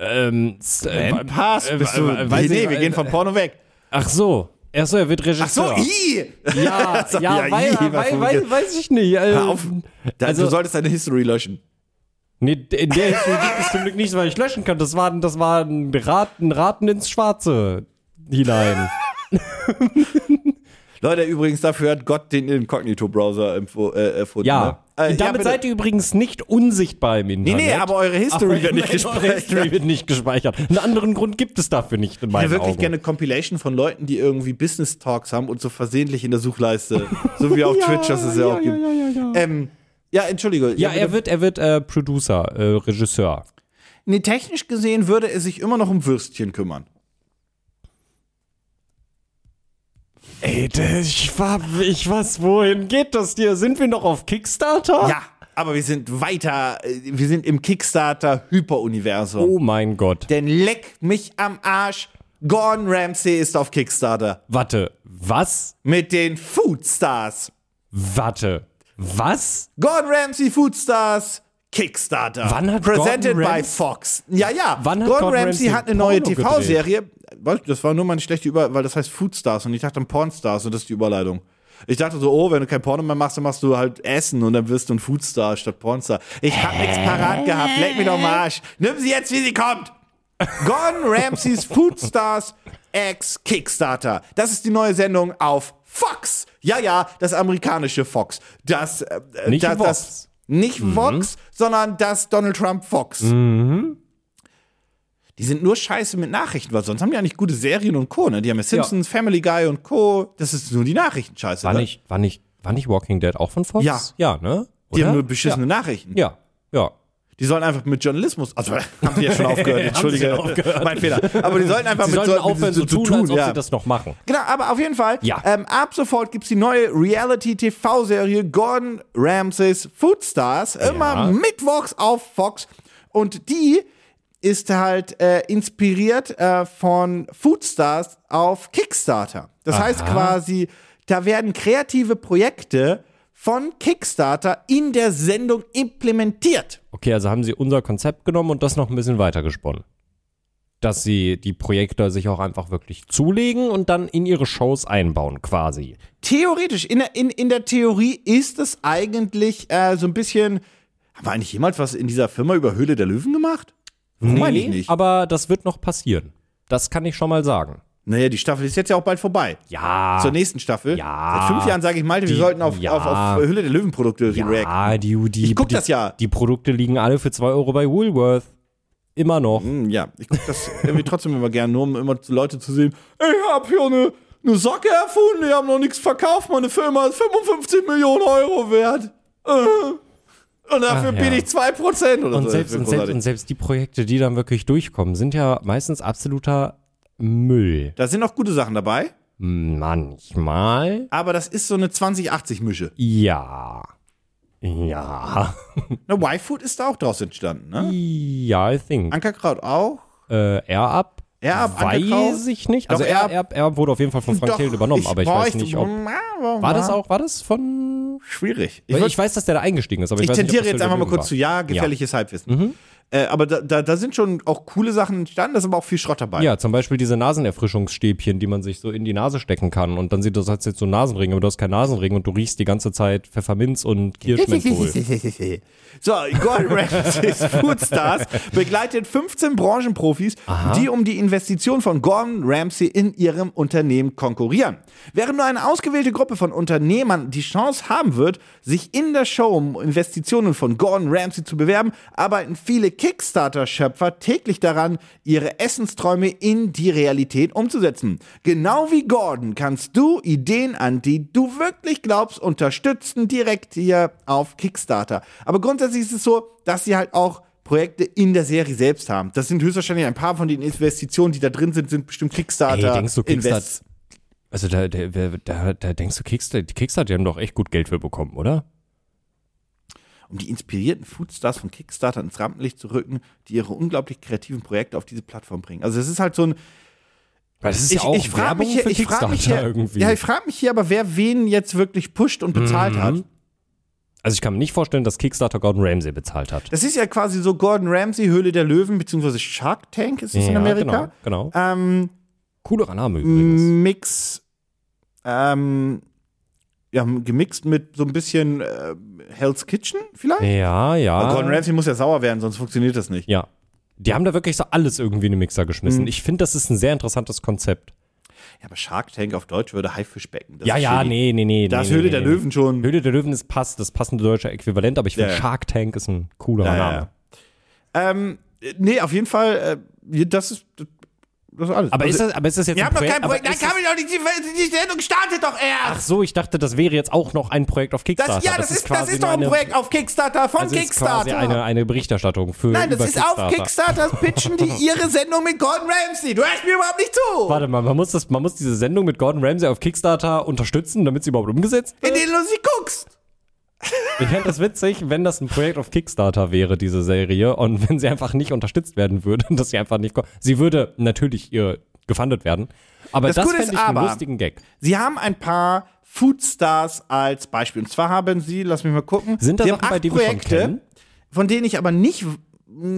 Ähm, s- äh, Pass. äh, Bist du, äh, nee, weiß nee, ich- wir gehen vom Porno weg. Ach so. Ach so, er wird Regisseur. Ach so, i. Ja, So, ja, ja, wei je, was wei du- wei weiß ich nicht. Äh, Hör auf. Da, Also- du solltest deine History löschen. Nee, in der History gibt es zum Glück nichts, weil ich löschen kann. Das war, das war ein, Raten, ein Raten ins Schwarze hinein. Leute, übrigens, dafür hat Gott den Inkognito-Browser empf- äh, erfunden. Ja. Ne? Äh, Damit bitte. seid ihr übrigens nicht unsichtbar im Nee, Internet. nee, aber eure History Aber wird nicht immerhin eure gespeichert. History wird nicht gespeichert. Einen anderen Grund gibt es dafür nicht in Ich meinen hätte wirklich Augen. gerne eine Compilation von Leuten, die irgendwie Business Talks haben und so versehentlich in der Suchleiste, so wie auf Twitch, das es ja, auch gibt. Ja, ja, ja, Ähm, ja entschuldige. ja, bitte. er wird, er wird äh, Producer, äh, Regisseur. nee, technisch gesehen würde er sich immer noch um Würstchen kümmern. Ey, ich war, ich was, wohin geht das dir? Sind wir noch auf Kickstarter? Ja, aber wir sind weiter, äh, wir sind im Kickstarter-Hyperuniversum. Oh mein Gott. Denn leck mich am Arsch, Gordon Ramsay ist auf Kickstarter Warte, was? mit den Foodstars. Warte, was? Gordon Ramsay Foodstars Kickstarter. Wann hat Presented Gordon by Rams- Fox. Ja, ja. Wann hat Gordon Gordon Ramsay Ramsay hat eine neue Porno gedreht? TV-Serie. Weißt du, Das war nur mal eine schlechte Über, weil das heißt Foodstars und ich dachte an Pornstars und das ist die Überleitung. Ich dachte so, oh, wenn du kein Porno mehr machst, dann machst du halt Essen und dann wirst du ein Foodstar statt Pornstar. Ich hab nichts parat gehabt, leck mir doch mal Arsch. Nimm sie jetzt, wie sie kommt. Gordon Ramsays Foodstars ex Kickstarter. Das ist die neue Sendung auf Fox. Ja, ja, das amerikanische Fox. Das, äh, Nicht das, das Vox. Mhm. nicht Vox, sondern das Donald Trump Fox. Mhm. Die sind nur scheiße mit Nachrichten, weil sonst haben die eigentlich gute Serien und Co. Ne? Die haben ja Simpsons, Family Guy und Co. Das ist nur die Nachrichtenscheiße. War ne? nicht, war nicht, war nicht Walking Dead auch von Fox? Ja. Ja, ne? Die haben Oder? nur beschissene Nachrichten. ja, ja. Die sollen einfach mit Journalismus, also haben die ja schon aufgehört, entschuldige, schon aufgehört. mein Fehler. Aber die sollten einfach Sie mit sollten aufhören, so tun, als ob ja. sie das noch machen. Genau, aber auf jeden Fall. Ja. Ähm, ab sofort gibt's die neue Reality-TV-Serie Gordon Ramsays Foodstars. Immer Ja. mittwochs auf Fox. Und die ist halt äh, inspiriert äh, von Foodstars auf Kickstarter. Das heißt quasi, da werden kreative Projekte von Kickstarter in der Sendung implementiert. Okay, also haben sie unser Konzept genommen und das noch ein bisschen weitergesponnen. Dass sie die Projekte sich auch einfach wirklich zulegen und dann in ihre Shows einbauen, quasi. Theoretisch, in der, in, in der Theorie ist es eigentlich äh, so ein bisschen. Haben wir eigentlich jemals was in dieser Firma über Höhle der Löwen gemacht? Warum eigentlich nicht. aber das wird noch passieren. Das kann ich schon mal sagen. Naja, die Staffel ist jetzt ja auch bald vorbei. Ja. Zur nächsten Staffel. Ah. Ja. Seit fünf Jahren sage ich, Malte, wir sollten auf, ja. auf, auf äh, Höhle der Löwen Produkte reacten. ja, die, die, Ich guck die, das ja. Die Produkte liegen alle für 2 Euro bei Woolworth. Immer noch. Hm, ja, ich gucke das irgendwie trotzdem immer gerne, nur um immer zu- Leute zu sehen. Ich hab hier eine, eine Socke erfunden, die haben noch nichts verkauft, meine Firma ist 55 Millionen Euro wert. Äh. Und dafür Ach, ja. biete ich 2% oder so. Und Das wird selbst, und, selbst, also großartig. und selbst die Projekte, die dann wirklich durchkommen, sind ja meistens absoluter Müll. Da sind auch gute Sachen dabei, Manchmal. aber das ist so eine 20-80-Mische. Ja. Ja. Na, Y-Food ist da auch draus entstanden, ne? Ja, I think. Ankerkraut auch. Äh, Airab? Airab, Ankerkraut? Weiß ich nicht. Also Doch, Airab- Airab, Airab, wurde auf jeden Fall von Frank Doch, Thelen übernommen, aber ich weiß bräuchte- nicht, ob... War War das auch, war das von... Schwierig. Ich, Ich, würd, ich, weiß, dass der da eingestiegen ist, aber ich, weiß nicht, ob tendiere das jetzt der einfach mal Löwen kurz zu Ja, gefährliches Halbwissen. Mhm. Äh, aber da, da, da sind schon auch coole Sachen entstanden, da ist aber auch viel Schrott dabei. war. Ja, zum Beispiel diese Nasenerfrischungsstäbchen, die man sich so in die Nase stecken kann und dann sieht das als jetzt so ein Nasenring, aber du hast keinen Nasenring und du riechst die ganze Zeit Pfefferminz und Kirschmenthol. So, Gordon Ramsays Foodstars begleitet 15 Branchenprofis, die um die Investition von Gordon Ramsay in ihrem Unternehmen konkurrieren. Während nur eine ausgewählte Gruppe von Unternehmern die Chance haben wird, sich in der Show um Investitionen von Gordon Ramsay zu bewerben, arbeiten viele Kickstarter-Schöpfer täglich daran, ihre Essensträume in die Realität umzusetzen. Genau wie Gordon kannst du Ideen, an die du wirklich glaubst, unterstützen, direkt hier auf Kickstarter. Aber grundsätzlich ist es so, dass sie halt auch Projekte in der Serie selbst haben. Das sind höchstwahrscheinlich ein paar von den Investitionen, die da drin sind, sind bestimmt Kickstarter. Ey, denkst du, Kickstarter- Invests. Also da, da, da, da, da denkst du, Kickstarter, die Kickstarter, die haben doch echt gut Geld für bekommen, oder? um die inspirierten Foodstars von Kickstarter ins Rampenlicht zu rücken, die ihre unglaublich kreativen Projekte auf diese Plattform bringen. Also es ist halt so ein Weil das ist ich, ja auch ich frage Werbung mich, hier- für ich frag Kickstarter mich hier, irgendwie. ja, ich frage mich hier aber, wer wen jetzt wirklich pusht und Mhm. bezahlt hat. also ich kann mir nicht vorstellen, dass Kickstarter Gordon Ramsay bezahlt hat. Das ist ja quasi so Gordon Ramsay, Höhle der Löwen, beziehungsweise Shark Tank ist es in Ja, Amerika. Mm. Genau, genau. Ähm, Coolerer Name übrigens. Mix, ähm, ja, gemixt mit so ein bisschen äh, Hell's Kitchen vielleicht. Ja, ja. Aber Gordon Ramsay muss ja sauer werden, sonst funktioniert das nicht. Mm. Ja. Die haben da wirklich so alles irgendwie in den Mixer geschmissen. Ich finde, das ist ein sehr interessantes Konzept. Ja, aber Shark Tank auf Deutsch würde Haifischbecken. Das Ja, ist ja, shitty. nee, nee, nee. Das nee, Höhle nee, der nee. Löwen schon. Höhle der Löwen ist passt, das passende deutsche Äquivalent, aber ich finde Ja, ja. Shark Tank ist ein cooler Ja, Name. ja, ja. Ähm, nee, auf jeden Fall, äh, das ist, das ist alles. Aber, Also, ist das, aber ist das jetzt Ihr ein habt noch kein aber Projekt. Nein, ist kann ich doch nicht. Die, die Sendung startet doch Ach erst. so, ich dachte, das wäre jetzt auch noch ein Projekt auf Kickstarter. Das, ja, das, ist, das quasi ist doch ein eine- Projekt auf Kickstarter von also Ist Kickstarter. quasi eine, eine Berichterstattung für Nein, das über ist auf Kickstarter pitchen die ihre Sendung mit Gordon Ramsay. Du hörst mir überhaupt nicht zu. Warte mal, man muss, das, man muss diese Sendung mit Gordon Ramsay auf Kickstarter unterstützen, damit sie überhaupt umgesetzt In wird. den du sie guckst. Ich fände das witzig, wenn das ein Projekt auf Kickstarter wäre, diese Serie, und wenn sie einfach nicht unterstützt werden würde, dass sie einfach nicht ko- Sie würde natürlich ihr gefundet werden. Aber Das das, Gute fände ist ich einen aber- lustigen Gag. Sie haben ein paar Foodstars als Beispiel. Und zwar haben sie, lass mich mal gucken, Sind da sie Sachen haben bei, die wir schon kennen? von denen ich aber nicht,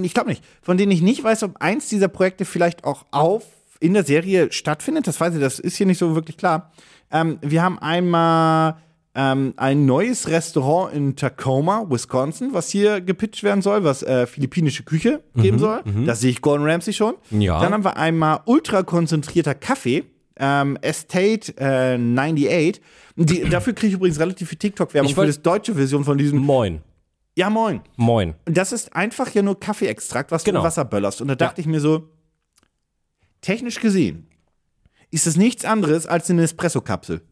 ich glaube nicht, von denen ich nicht weiß, ob eins dieser Projekte vielleicht auch auf in der Serie stattfindet. Das weiß ich, das ist hier nicht so wirklich klar. Ähm, wir haben einmal ähm, ein neues Restaurant in Tacoma, Wisconsin, was hier gepitcht werden soll, was äh, philippinische Küche geben soll. Das sehe ich Gordon Ramsay schon. Mhm, Ja. Dann haben wir einmal ultra konzentrierter Kaffee. Ähm, Estate äh, 98. Die, dafür kriege ich übrigens relativ viel TikTok-Werbung Ich für wollt- das deutsche Version von diesem. Moin. Ja, moin. Moin. Und das ist einfach ja nur Kaffeeextrakt, was du Genau. in Wasser böllerst. Und da dachte ich mir so, technisch gesehen ist es nichts anderes als eine Espresso-Kapsel.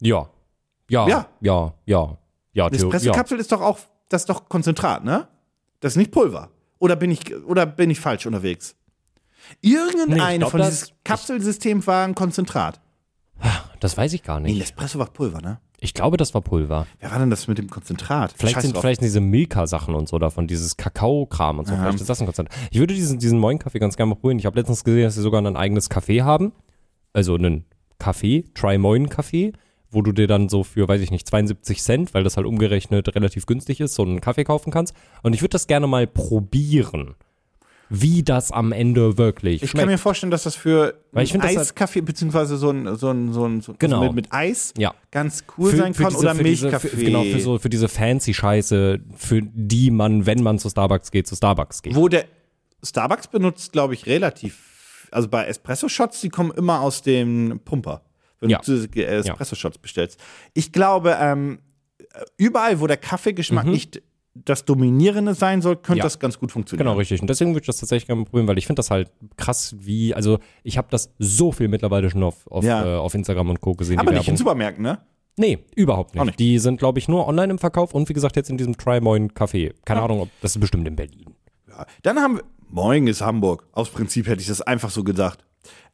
Ja. Ja. Ja. Ja. Ja. Ja. Ja. Eine Theo- ja. Espresso-Kapsel ist doch auch, das ist doch Konzentrat, ne? Das ist nicht Pulver. Oder bin ich, oder bin ich falsch unterwegs? Irgendeine Nee, ich glaub, von das- dieses Kapselsystem war ein Konzentrat. Das weiß ich gar Nee, ein nicht. Espresso war Pulver, ne? Ich glaube, das war Pulver. Wer war denn das mit dem Konzentrat? Vielleicht Scheiß sind, drauf. vielleicht sind diese Milka-Sachen und so davon, dieses Kakao-Kram und so. Vielleicht ist das ein Konzert. Ich würde diesen, diesen Moin-Kaffee ganz gerne mal probieren. Ich habe letztens gesehen, dass sie sogar ein eigenes Café haben. Also einen Kaffee, Try-Moin-Kaffee, wo du dir dann so für, weiß ich nicht, 72 Cent, weil das halt umgerechnet relativ günstig ist, so einen Kaffee kaufen kannst. Und ich würde das gerne mal probieren, wie das am Ende wirklich Ich kann schmeckt. mir vorstellen, dass das für Weil ich einen find, das hat- Eiskaffee beziehungsweise so ein, so ein, so ein so Genau. mit, mit Eis Ja. ganz cool sein kann diese- oder diese- Milchkaffee. für, genau, für, so, für diese fancy Scheiße, für die man, wenn man zu Starbucks geht, zu Starbucks geht. Wo der Starbucks benutzt, glaube ich, relativ, also bei Espresso-Shots, die kommen immer aus dem Pumper, wenn Ja. du diese Espresso-Shots bestellst. Ich glaube, ähm, überall, wo der Kaffeegeschmack nicht das Dominierende sein soll, könnte Mhm. Ja. das ganz gut funktionieren. Genau, richtig. Und deswegen würde ich das tatsächlich gerne mal probieren, weil ich finde das halt krass, wie, also ich habe das so viel mittlerweile schon auf, auf, Ja. äh, auf Instagram und Co. gesehen, Aber die nicht in Werbung. Supermärkten, ne? nee, überhaupt nicht. nicht. Die sind, glaube ich, nur online im Verkauf und wie gesagt jetzt in diesem Try-Moin-Café. Keine Ah. Ahnung, ob das ist bestimmt in Berlin. Ja. Dann haben wir. Moin ist Hamburg. Aus Prinzip hätte ich das einfach so gedacht.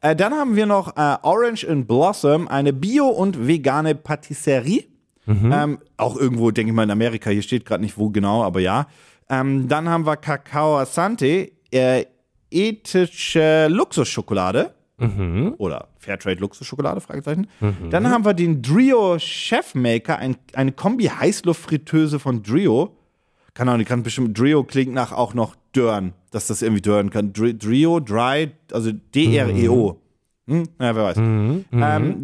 Äh, dann haben wir noch äh, Orange and Blossom, eine bio- und vegane Patisserie. Ähm, auch irgendwo, denke ich mal, in Amerika. Hier steht gerade nicht, wo genau, aber ja. Ähm, dann haben wir Kakao Asante, äh, ethische Luxusschokolade. Oder Fairtrade Luxusschokolade, Fragezeichen. Dann haben wir den Drio Chefmaker, ein, eine Kombi-Heißluftfritteuse von Drio. Keine Ahnung, die kann bestimmt, Drio klingt nach auch noch Dörn, dass das irgendwie Dörn kann. Dri- Drio, Dry, also D-R-E-O. Hm? Ja, wer weiß. Ähm,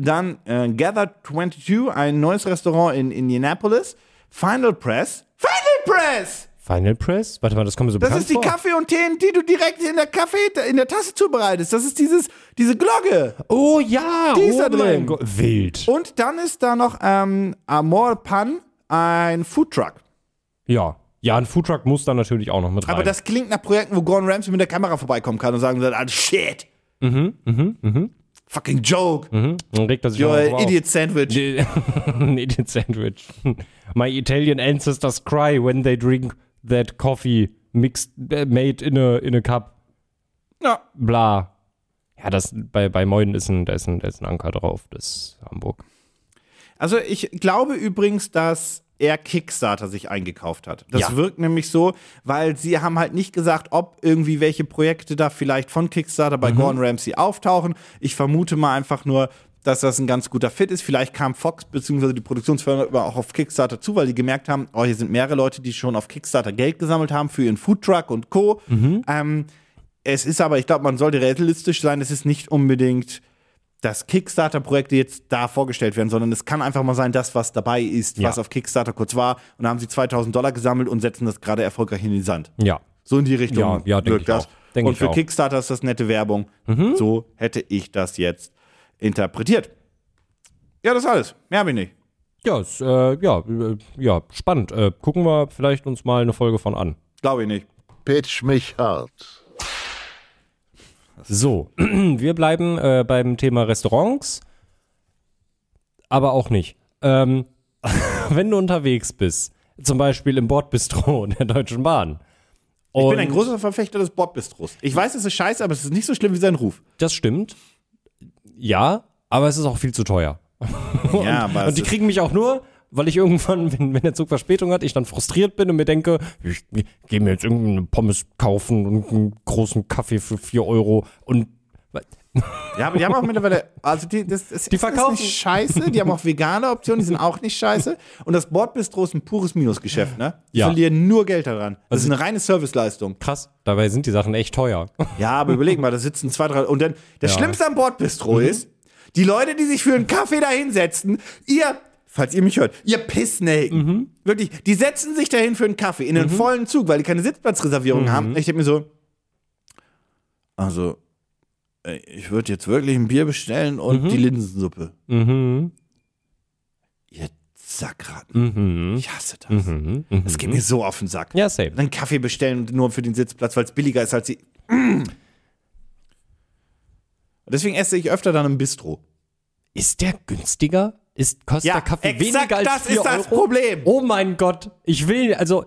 dann äh, Gather 22, ein neues Restaurant in Indianapolis. Final Press. Final Press! Final Press? Warte mal, das kommt mir so Das bekannt ist die vor. Kaffee und Teen, die du direkt in der Kaffee, in der Tasse zubereitest. Das ist dieses, diese Glocke. Oh ja! Die ist oh da mein drin. Oh. Gott. Wild. Und dann ist da noch ähm, Amor Pan, ein Foodtruck. Ja. Ja, ein Foodtruck muss da natürlich auch noch mit rein. Aber das klingt nach Projekten, wo Gordon Ramsay mit der Kamera vorbeikommen kann und sagen wird, ah, shit. Mhm, mhm, mhm. Fucking joke. hm? Dann regt er sich You're auch noch an drauf auf. idiot sandwich. Die- Ein Idiot Sandwich. My Italian ancestors cry when they drink that coffee mixed äh, made in a in a cup. Ja. Bla. Ja, das bei bei Moin ist ein da ist ein, da ist ein Anker drauf, das ist Hamburg. Also ich glaube übrigens, dass er Kickstarter sich eingekauft hat. Das Ja. wirkt nämlich so, weil sie haben halt nicht gesagt, ob irgendwie welche Projekte da vielleicht von Kickstarter bei Gordon Ramsay auftauchen. Ich vermute mal einfach nur, dass das ein ganz guter Fit ist. Vielleicht kam Fox bzw. die Produktionsfirma aber auch auf Kickstarter zu, weil die gemerkt haben, oh, hier sind mehrere Leute, die schon auf Kickstarter Geld gesammelt haben für ihren Foodtruck und Co. Ähm, es ist aber, ich glaube, man sollte realistisch sein, es ist nicht unbedingt dass Kickstarter-Projekte jetzt da vorgestellt werden, sondern es kann einfach mal sein, das, was dabei ist, Ja. was auf Kickstarter kurz war. Und da haben sie 2000 Dollar gesammelt und setzen das gerade erfolgreich in den Sand. Ja. So in die Richtung Ja, ja, denk wirkt ich das. auch. Mhm. Denk und ich für auch. Kickstarter ist das nette Werbung. So hätte ich das jetzt. interpretiert. Ja, das ist alles. Mehr habe ich nicht. Ja, ist, äh, ja, äh, ja, spannend. Äh, gucken wir vielleicht uns mal eine Folge von an. Glaube ich nicht. Pitch mich hart. So, wir bleiben äh, beim Thema Restaurants, aber auch nicht. Ähm, wenn du unterwegs bist, zum Beispiel im Bordbistro der Deutschen Bahn. Ich bin ein großer Verfechter des Bordbistros. Ich weiß, es ist scheiße, aber es ist nicht so schlimm wie sein Ruf. Das stimmt. Ja, aber es ist auch viel zu teuer. ja, aber und die kriegen mich auch nur, weil ich irgendwann, wenn, wenn der Zug Verspätung hat, ich dann frustriert bin und mir denke, ich, ich gehe mir jetzt irgendeine Pommes kaufen und einen großen Kaffee für 4 Euro und Ja, aber die haben auch mittlerweile, also die, das, das die verkaufen- ist nicht scheiße, die haben auch vegane Optionen, die sind auch nicht scheiße. Und das Bordbistro ist ein pures Minusgeschäft, ne? Die Ja. Also verlieren nur Geld daran. Das ist eine reine Serviceleistung. krass, dabei sind die Sachen echt teuer. Ja, aber überleg mal, da sitzen zwei, drei. Und dann, das Ja. Mhm. Schlimmste am Bordbistro ist, die Leute, die sich für einen Kaffee da hinsetzen, ihr, falls ihr mich hört, ihr Pissnelken. Mhm. Wirklich, die setzen sich dahin für einen Kaffee in einen vollen Zug, weil die keine Sitzplatzreservierung Mhm. haben. Ich denke mir so, also, äh, ich würde jetzt wirklich ein Bier bestellen und Mhm. die Linsensuppe. Ihr Sackratten. Ich hasse das. Das geht mir so auf den Sack. Mhm. Ja, same. Dann Kaffee bestellen und nur für den Sitzplatz, weil es billiger ist als die. Mm. Und Deswegen esse ich öfter dann im Bistro. Ist der günstiger? Ist, kostet Ja, der Kaffee exakt weniger als das 4 ist das Euro? Problem. Oh mein Gott, ich will, also,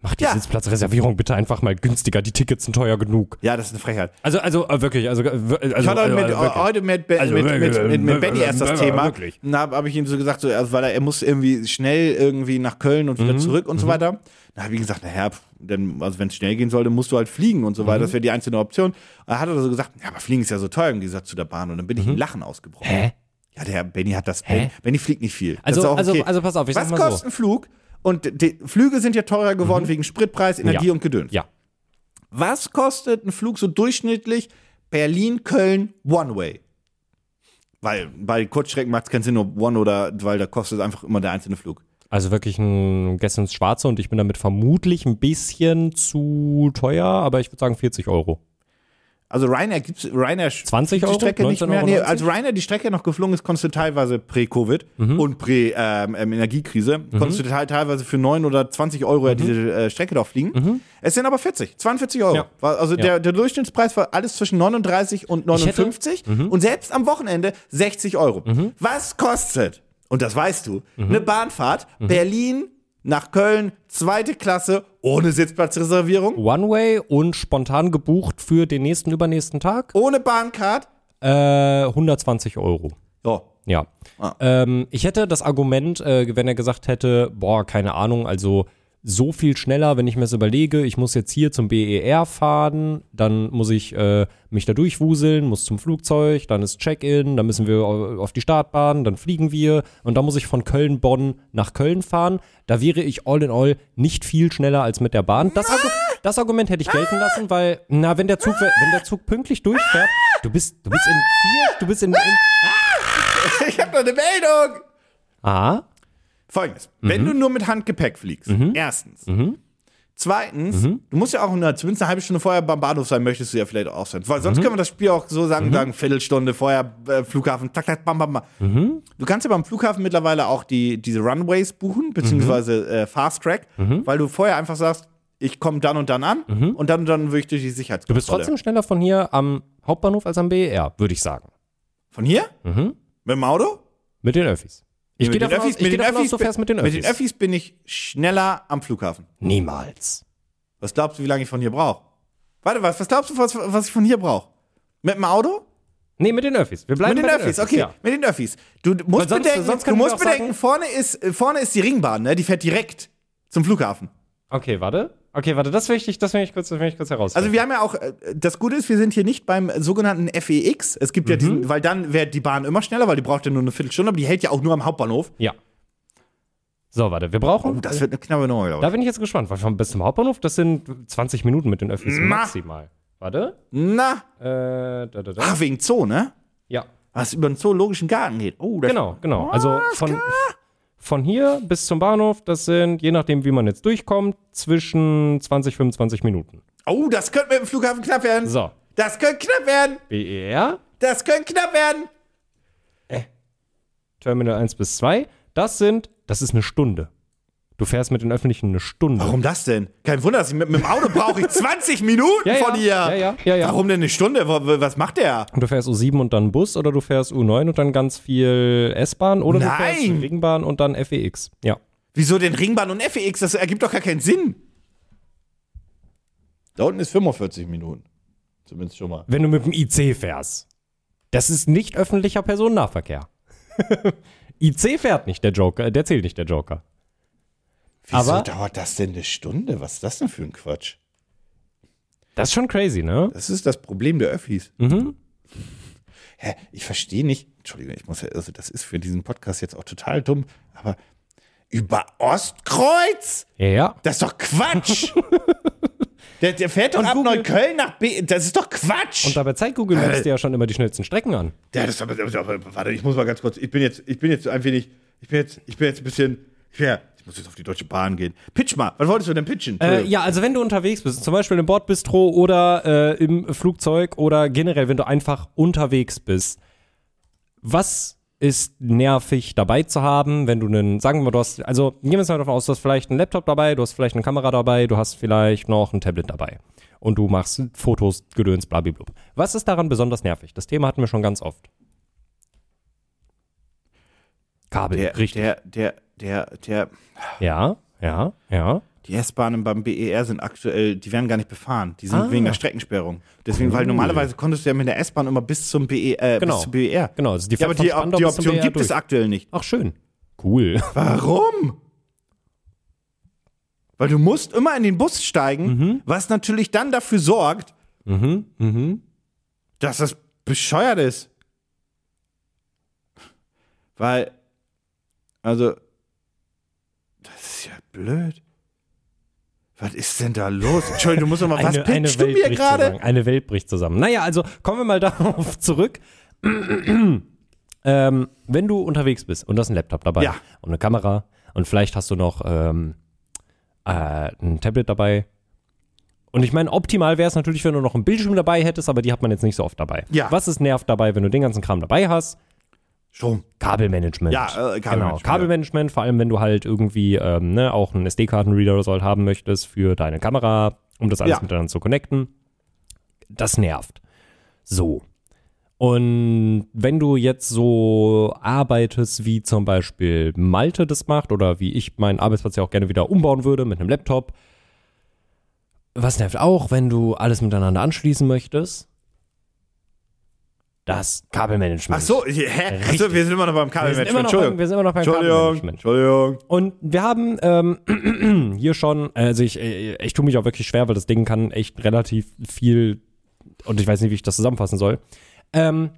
mach die Ja. Sitzplatzreservierung bitte einfach mal günstiger, die Tickets sind teuer genug. Ja, das ist eine Frechheit. Also, also, äh, wirklich, also, äh, also, Ich hatte also, heute mit, also, wirklich. heute mit, Ben- Also mit, wirklich, mit, mit, mit wirklich, Benny erst das wirklich, Thema. wirklich. Dann habe hab ich ihm so gesagt, so, also, weil er, er muss irgendwie schnell irgendwie nach Köln und Mhm. wieder zurück und so weiter. Dann habe ich gesagt, naja, pf, denn, also wenn es schnell gehen sollte, musst du halt fliegen und so weiter. Das Mhm. wäre die einzelne Option. Und dann hat er so gesagt, ja, aber Fliegen ist ja so teuer im Gegensatz zu der Bahn. Und dann bin ich in Lachen ausgebrochen. Mhm. Hä? Ja, der Benny hat das. Ben, Benny fliegt nicht viel. Also- das ist auch also- okay. also pass auf, ich Was sag mal so. Mhm. kostet ein Flug? Und die Flüge sind ja teurer geworden wegen Spritpreis, Energie Ja. und Gedöns. Ja. Was kostet ein Flug so durchschnittlich Berlin-Köln One-Way? Weil bei Kurzstrecken macht es keinen Sinn, ob One oder, weil da kostet einfach immer der einzelne Flug. Also wirklich ein Gäste ins Schwarze und ich bin damit vermutlich ein bisschen zu teuer, aber ich würde sagen 40 Euro. Also Ryanair gibt's Ryanair 20 die Euro? Strecke nicht mehr. 19,90? Nee, als Ryanair die Strecke noch geflogen ist, konntest du teilweise pre-Covid Mhm. und pre-Energiekrise, konntest du te- teilweise für 9 oder 20 Euro Mhm. ja diese äh, Strecke doch fliegen. Es sind aber 40, 42 Euro. Ja. War, also der, der Durchschnittspreis war alles zwischen 39 und 59 Mhm. und selbst am Wochenende 60 Euro. Was kostet, und das weißt du, Mhm. eine Bahnfahrt Berlin nach Köln, zweite Klasse, ohne Sitzplatzreservierung, One Way und spontan gebucht für den nächsten, übernächsten Tag? ohne Bahncard? Äh, 120 Euro. Ja, Ja. Ähm, ich hätte das Argument, äh, wenn er gesagt hätte, boah, keine Ahnung, also so viel schneller, wenn ich mir das überlege, ich muss jetzt hier zum BER fahren, dann muss ich äh, mich da durchwuseln, muss zum Flugzeug, dann ist Check-in, dann müssen wir au- auf die Startbahn, dann fliegen wir und dann muss ich von Köln-Bonn nach Köln fahren. Da wäre ich all in all nicht viel schneller als mit der Bahn. Das, Argu das Argument hätte ich gelten lassen, weil, na, wenn der Zug, wenn der Zug pünktlich durchfährt, du bist, du bist in vier, du bist in, in Ich habe noch eine Meldung. Ah, Folgendes. Mhm. Wenn du nur mit Handgepäck fliegst, erstens. Zweitens, Mhm. du musst ja auch nur, zumindest eine halbe Stunde vorher beim Bahnhof sein, möchtest du ja vielleicht auch sein. Weil Mhm. sonst können wir das Spiel auch so sagen, sagen, Viertelstunde vorher, äh, Flughafen, tak, tak, bam, bam, bam. Mhm. Du kannst ja beim Flughafen mittlerweile auch die, diese Runways buchen, beziehungsweise Mhm. äh, Fast Track, weil du vorher einfach sagst, ich komme dann und dann an und dann und dann würde ich durch die Mhm. Du Sicherheitskontrolle. bist trotzdem schneller von hier am Hauptbahnhof als am BER, würde ich sagen. Von hier? Mit dem Auto? Mit den Öffis. Mhm. Ich gehe mit den davon, Öffis- aus, ich geh mit den davon aus, Öffis du bin- fährst mit den Öffis. Mit den Öffis bin ich schneller am Flughafen. Niemals. Was glaubst du, wie lange ich von hier brauche? Warte, was, was glaubst du, was, was ich von hier brauche? Mit dem Auto? Nee, mit den Öffis. Wir bleiben Mit den bei Öffis, okay, Ja. mit den Öffis. Du musst sonst- bedenken, sonst du können wir musst auch sagen- bedenken vorne, ist, äh, vorne ist die Ringbahn, ne? die fährt direkt zum Flughafen. Okay, warte. Okay, warte, das möchte ich, das möchte ich kurz, das möchte ich kurz heraus. Also wir haben ja auch, äh, das Gute ist, wir sind hier nicht beim sogenannten FEX. Es Mhm. gibt ja diesen, weil dann wäre die Bahn immer schneller, weil die braucht ja nur eine Viertelstunde, aber die hält ja auch nur am Hauptbahnhof. ja. So, warte, wir Oh, brauchen. das wird eine knappe Nummer, glaube da bin ich jetzt gespannt, weil vom bis zum Hauptbahnhof, das sind 20 Minuten mit den Öffis Ma. maximal. Warte. ich. Na, Äh, da, da, da. ach, wegen Zoo, ne? Ja. Was über den zoologischen Garten geht. Oh, das Genau, genau. Also von, von hier bis zum Bahnhof, das sind, je nachdem, wie man jetzt durchkommt, zwischen 20, 25 Minuten. Oh, das könnte mit dem Flughafen knapp werden. So, E Das könnte knapp werden. BER. Das könnte knapp werden. Terminal 1 bis 2, das sind, das ist eine Stunde. Du fährst mit den Öffentlichen eine Stunde. Warum das denn? Kein Wunder, dass ich mit, mit dem Auto brauche ich 20 Minuten Ja, ja. von dir. Ja, ja, ja, ja. Warum denn eine Stunde? Wa- wa- Was macht der? Und du fährst U7 und dann Bus oder du fährst U9 und dann ganz viel S-Bahn oder du Nein! fährst Ringbahn und dann FEX. Ja. Wieso denn Ringbahn und FEX? Das ergibt doch gar keinen Sinn. Da unten ist 45 Minuten. Zumindest schon mal. Wenn du mit dem IC fährst. Das ist nicht öffentlicher Personennahverkehr. IC fährt nicht der Joker, äh, der zählt nicht der Joker. Wieso Aber- dauert das denn eine Stunde? Was ist das denn für ein Quatsch? Das ist schon crazy, ne? Das ist das Problem der Öffis. Mhm. Hä, ich verstehe nicht. Entschuldigung, ich muss ja, also das ist für diesen Podcast jetzt auch total dumm, aber über Ostkreuz? Ja, ja. Das ist doch Quatsch! der, der fährt doch ab Google- Neukölln nach B. Das ist doch Quatsch! Und dabei zeigt Google Maps dir ja schon immer die schnellsten Strecken an. Ja, das, aber, aber, aber, warte, ich muss mal ganz kurz. Ich bin jetzt, ich bin jetzt ein wenig, ich bin jetzt, ich bin jetzt ein bisschen, ich, bin ja, ich muss jetzt auf die Deutsche Bahn gehen. Pitch mal, was wolltest du denn pitchen? Äh, ja, also wenn du unterwegs bist, zum Beispiel im Bordbistro oder äh, im Flugzeug oder generell, wenn du einfach unterwegs bist, was ist nervig dabei zu haben, wenn du einen, sagen wir mal, du hast, also gehen wir jetzt mal davon aus, du hast vielleicht einen Laptop dabei, du hast vielleicht eine Kamera dabei, du hast vielleicht noch ein Tablet dabei und du machst Fotos, Gedöns, blablabla. Was ist daran besonders nervig? Das Thema hatten wir schon ganz oft. Kabel, der, richtig. der, der, der, der, Ja, ja, ja. die S-Bahnen beim BER sind aktuell, die werden gar nicht befahren. Die sind Ah. wegen der Streckensperrung. Deswegen, weil normalerweise konntest du ja mit der S-Bahn immer bis zum BER. Äh, Hm. Genau. Bis zum BER. Genau, also die ja, aber fährt die, von Spandau die bis zum Option BER gibt es durch. aktuell nicht. Ach, schön. Cool. Warum? Weil du musst immer in den Bus steigen, was natürlich dann dafür sorgt, dass das bescheuert ist. Weil, also, das ist ja blöd. Was ist denn da los? Entschuldigung, du musst doch mal, was pitchst du mir bricht gerade? Zusammen. Eine Welt bricht zusammen. Naja, also kommen wir mal darauf zurück. ähm, wenn du unterwegs bist und du hast einen Laptop dabei Ja. und eine Kamera und vielleicht hast du noch ähm, äh, ein Tablet dabei. Und ich meine, optimal wäre es natürlich, wenn du noch einen Bildschirm dabei hättest, aber die hat man jetzt nicht so oft dabei. Ja. Was ist nervt dabei, wenn du den ganzen Kram dabei hast? Strom. Kabelmanagement. Ja, äh, Kabelmanagement, Genau, ja. Kabelmanagement, vor allem wenn du halt irgendwie ähm, ne, auch einen SD-Kartenreader oder so halt haben möchtest für deine Kamera, um das alles Ja. miteinander zu connecten. Das nervt. So. Und wenn du jetzt so arbeitest, wie zum Beispiel Malte das macht oder wie ich meinen Arbeitsplatz ja auch gerne wieder umbauen würde mit einem Laptop, was nervt auch, wenn du alles miteinander anschließen möchtest? Das Kabelmanagement. Ach so, hä? Ach so, wir sind immer noch beim Wir sind, Kabelmatch. immer noch beim, wir Entschuldigung. sind immer noch beim Entschuldigung. Kabelmanagement. Entschuldigung. Und wir haben ähm, hier schon, also ich, äh, ich tue mich auch wirklich schwer, weil das Ding kann echt relativ viel und ich weiß nicht, wie ich das zusammenfassen soll. Ähm,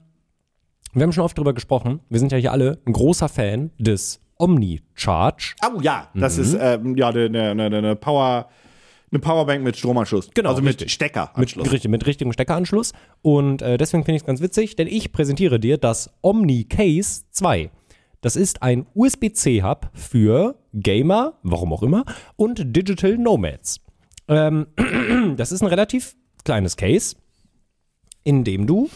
wir haben schon oft drüber gesprochen. Wir sind ja hier alle ein großer Fan des Omni-Charge. Oh ja, das Mhm. ist ähm, ja eine ne, ne, ne Power, eine Powerbank mit Stromanschluss. Genau, also mit richtig. Stecker. Mit, richtig, mit richtigem Steckeranschluss. Und äh, deswegen finde ich es ganz witzig, denn ich präsentiere dir das Omni Case 2. Das ist ein USB-C-Hub für Gamer, warum auch immer, und Digital Nomads. Ähm, das ist ein relativ kleines Case, in dem du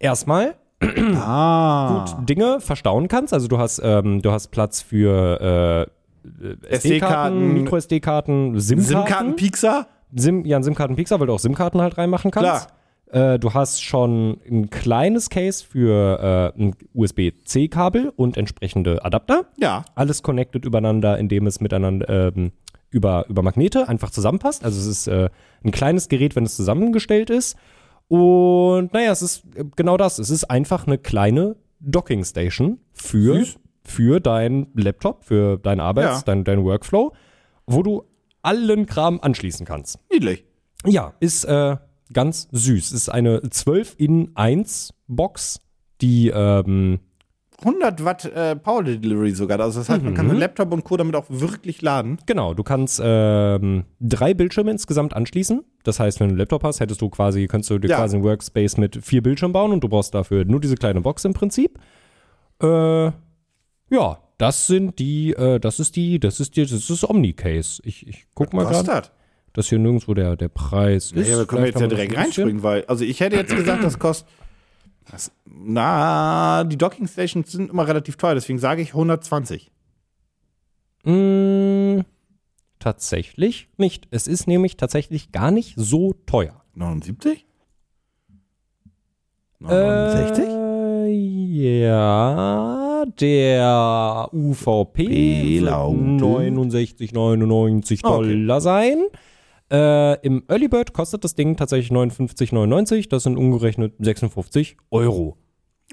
erstmal gut Dinge verstauen kannst. Also du hast, ähm, du hast Platz für äh, SD-Karten, SD-Karten, Micro-SD-Karten, SIM-Karten. SIM-Karten-Pixar? SIM, ja, ein SIM-Karten-Pixel, weil du auch SIM-Karten halt reinmachen kannst. Äh, du hast schon ein kleines Case für äh, ein USB-C-Kabel und entsprechende Adapter. Ja. Alles connected übereinander, indem es miteinander ähm, über, über Magnete einfach zusammenpasst. Also es ist äh, ein kleines Gerät, wenn es zusammengestellt ist. Und naja, es ist äh, genau das. Es ist einfach eine kleine Docking-Station für, für deinen Laptop, für deinen Arbeits-, Ja. deinen dein Workflow, wo du allen Kram anschließen kannst. Niedlich. Ja, ist äh, ganz süß. Ist eine 12 in 1 Box, die ähm, 100 Watt äh, Power Delivery sogar. Also das heißt, man Mhm. kann den Laptop und Co. damit auch wirklich laden. Genau, du kannst ähm, drei Bildschirme insgesamt anschließen. Das heißt, wenn du einen Laptop hast, hättest du quasi, könntest du dir Ja. quasi einen Workspace mit vier Bildschirmen bauen und du brauchst dafür nur diese kleine Box im Prinzip. Äh, ja, das sind die, äh, das ist die, das ist die, das ist das Omni-Case. Ich, ich guck mal gerade, das? dass hier nirgendends, wo der, der Preis ist. Ja, da können wir jetzt Vielleicht ja haben das direkt ein bisschen. reinspringen, weil, also ich hätte jetzt gesagt, das kostet Das, na, die Docking Stations sind immer relativ teuer, deswegen sage ich 120. Mm, tatsächlich nicht. Es ist nämlich tatsächlich gar nicht so teuer. 79? Äh, ja, der UVP wird Belaugte. 69,99 Ah, okay. Dollar sein. Äh, Im Early Bird kostet das Ding tatsächlich 59,99. Das sind umgerechnet 56 Euro.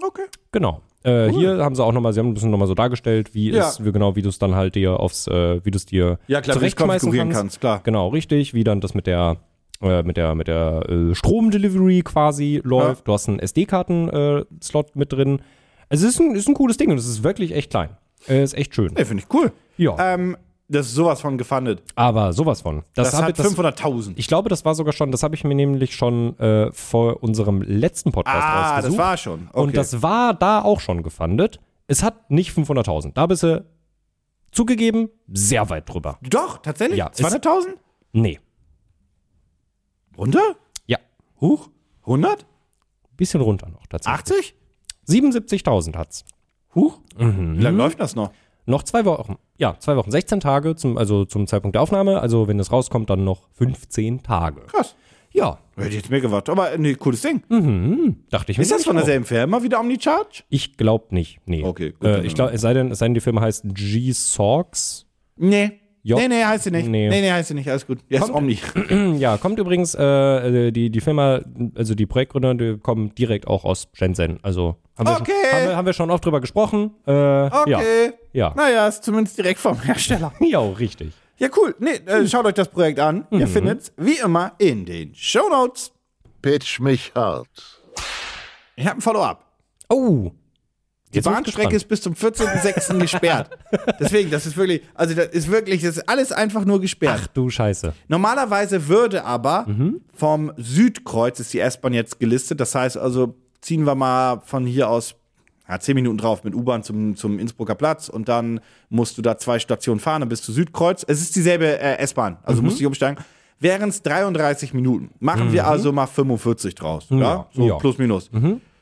Okay. Genau. Äh, Hier haben sie auch nochmal, sie haben ein bisschen nochmal so dargestellt, wie Ja. es, wie genau, wie du es dann halt dir aufs, äh, wie du es dir Ja, klar, wie du's zurechtschmeißen konfigurieren kannst. kannst, klar. Genau, richtig, wie dann das mit der äh, mit der mit der äh, Stromdelivery quasi läuft. Du hast einen SD-Karten-Slot mit drin. Also es ist ein, ist ein cooles Ding und es ist wirklich echt klein. Äh, ist echt schön. Nee, finde ich cool. Ja, Ähm, das ist sowas von gefundet. aber sowas von. Das, Das, hab ich- hat das 500.000. Ich glaube, das war sogar schon, das habe ich mir nämlich schon äh, vor unserem letzten Podcast Ah, das rausgesucht. war schon. Okay. Und das war da auch schon gefundet. Es hat nicht 500.000. Da bist du zugegeben sehr weit drüber. Doch, tatsächlich? Ja, 200.000? Nee. Runter? Ja. Huch? 100? Bisschen runter noch tatsächlich. 80? 77.000 hat's. Huch? Mhm. Wie lange läuft das noch? Noch zwei Wochen. Ja, zwei Wochen. 16 Tage, zum, also zum Zeitpunkt der Aufnahme. Also, wenn es rauskommt, dann noch 15 Tage. Krass. Ja, Hätte ich jetzt mehr gewartet. Aber äh, nee, cooles Ding. Mhm. dachte ich mir. Ist das nämlich von auch. derselben Firma wieder Omnicharge? Ich glaube nicht. Nee. Okay, gut, äh, dann ich glaube, es sei denn, es sei denn, die Firma heißt G-Sorks. Nee. Jo. Nee, nee, heißt sie nicht. Nee. Nee, nee, heißt sie nicht. Alles gut. Ja, ist Kommt- Omni. Hm, ja, kommt übrigens, äh, äh, die, die Firma, also die Projektgründer, die kommen direkt auch aus Shenzhen. Also, haben wir, Okay. schon, haben wir, haben wir schon oft drüber gesprochen. Äh, okay. Okay. Ja. Ja. Naja, ist zumindest direkt vom Hersteller. ja, richtig. Ja, cool. Nee, Mhm. äh, schaut euch das Projekt an. Ihr findet's wie immer in den Show Notes. Pitch mich hart. Ich habe ein Follow-up. Oh. Die bin ich Bahnstrecke gespannt. ist bis zum 14.06. gesperrt. Deswegen, das ist wirklich, also das ist wirklich, das ist alles einfach nur gesperrt. Ach du Scheiße. Normalerweise würde aber Mhm. vom Südkreuz ist die S-Bahn jetzt gelistet. Das heißt also, ziehen wir mal von hier aus ja, zehn Minuten drauf mit U-Bahn zum, zum Innsbrucker Platz und dann musst du da zwei Stationen fahren, dann bist du Südkreuz. Es ist dieselbe äh, S-Bahn, also Mhm. musst du dich umsteigen. Wären es 33 Minuten. Machen wir also mal 45 draus. Ja, Mhm. Ja, so ja. Mhm. plus minus.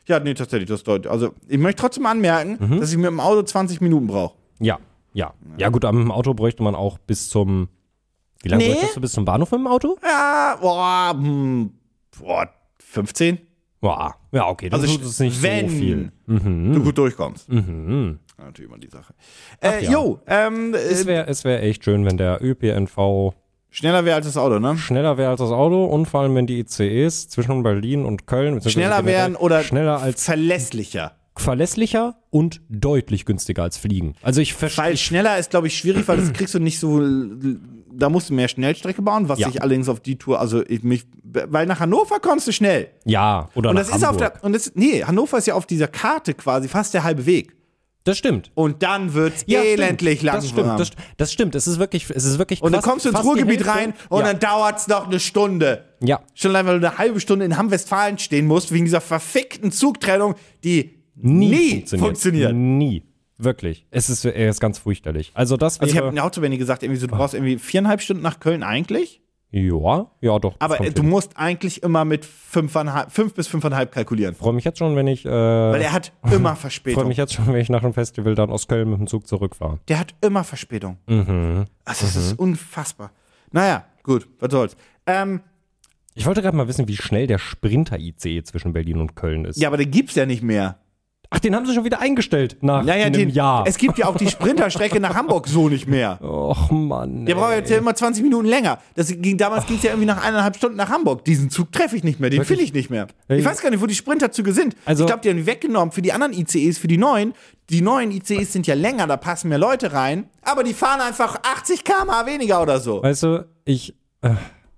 Ja, nee, tatsächlich, das deutet. Also, ich möchte trotzdem anmerken, Mhm. dass ich mit dem Auto 20 Minuten brauche. Ja, ja. Ja, gut, am Auto bräuchte man auch bis zum. Wie lange Nee. bräuchtest du bis zum Bahnhof mit dem Auto? Ja, Ah, boah, hm, boah, 15? Ja, Ah, ja okay, das Also ist ist nicht wenn so viel. Mhm. du gut durchkommst. Ja, Natürlich immer die Sache. Äh, ja. Jo, ähm, Es äh, wäre es wär echt schön, wenn der ÖPNV schneller wäre als das Auto, ne? schneller wäre als das Auto und vor allem, wenn die ICEs zwischen Berlin und Köln beziehungsweise Schneller generell wären oder schneller als verlässlicher. verlässlicher und deutlich günstiger als fliegen. Also ich verstehe. Weil schneller ist, glaube ich, schwierig, weil das kriegst du nicht so. Da musst du mehr Schnellstrecke bauen, was Ja. ich allerdings auf die Tour, also ich mich, weil nach Hannover kommst du schnell. Ja, oder Und nach das Hamburg. ist auf der, und das, nee, Hannover ist ja auf dieser Karte quasi fast der halbe Weg. das stimmt. Und dann wird's elendlich stimmt. langsam. Das stimmt, das, das stimmt. Es ist wirklich, es ist wirklich und dann fast- kommst du ins fast die Ruhrgebiet Hälfte. rein und ja. dann dauert's noch eine Stunde. Ja, Schon allein, weil du eine halbe Stunde in Hamm-Westfalen stehen musst, wegen dieser verfickten Zugtrennung, die nie, funktioniert. Nie. Wirklich. Es ist, er ist ganz fürchterlich. Also das Also ich wäre. habe mir Autobahn gesagt, irgendwie so, du brauchst irgendwie viereinhalb Stunden nach Köln eigentlich, ja, ja, doch. aber äh, du ich musst eigentlich immer mit fünfeinhalb, fünf bis fünfeinhalb kalkulieren. freue mich jetzt schon, wenn ich. Äh, Weil er hat immer freue Verspätung. mich jetzt schon, wenn ich nach dem Festival dann aus Köln mit dem Zug zurückfahre. Der hat immer Verspätung. Mhm. Also es ist unfassbar. Naja, gut, was soll's. Ähm, Ich wollte gerade mal wissen, wie schnell der Sprinter IC zwischen Berlin und Köln ist. ja, aber den gibt's ja nicht mehr. Ach, den haben sie schon wieder eingestellt nach Naja, einem den, Jahr. es gibt ja auch die Sprinterstrecke nach Hamburg so nicht mehr. Och Mann. Der ey. braucht jetzt ja immer 20 Minuten länger. Das ging, damals ging es ja irgendwie nach eineinhalb Stunden nach Hamburg. Diesen Zug treffe ich nicht mehr, den finde ich nicht mehr. Ich weiß gar nicht, wo die Sprinterzüge sind. Also- ich glaube, die haben die weggenommen für die anderen ICEs, für die neuen. Die neuen ICEs sind ja länger, da passen mehr Leute rein. Aber die fahren einfach 80 km/h weniger oder so. Weißt du, ich. Äh,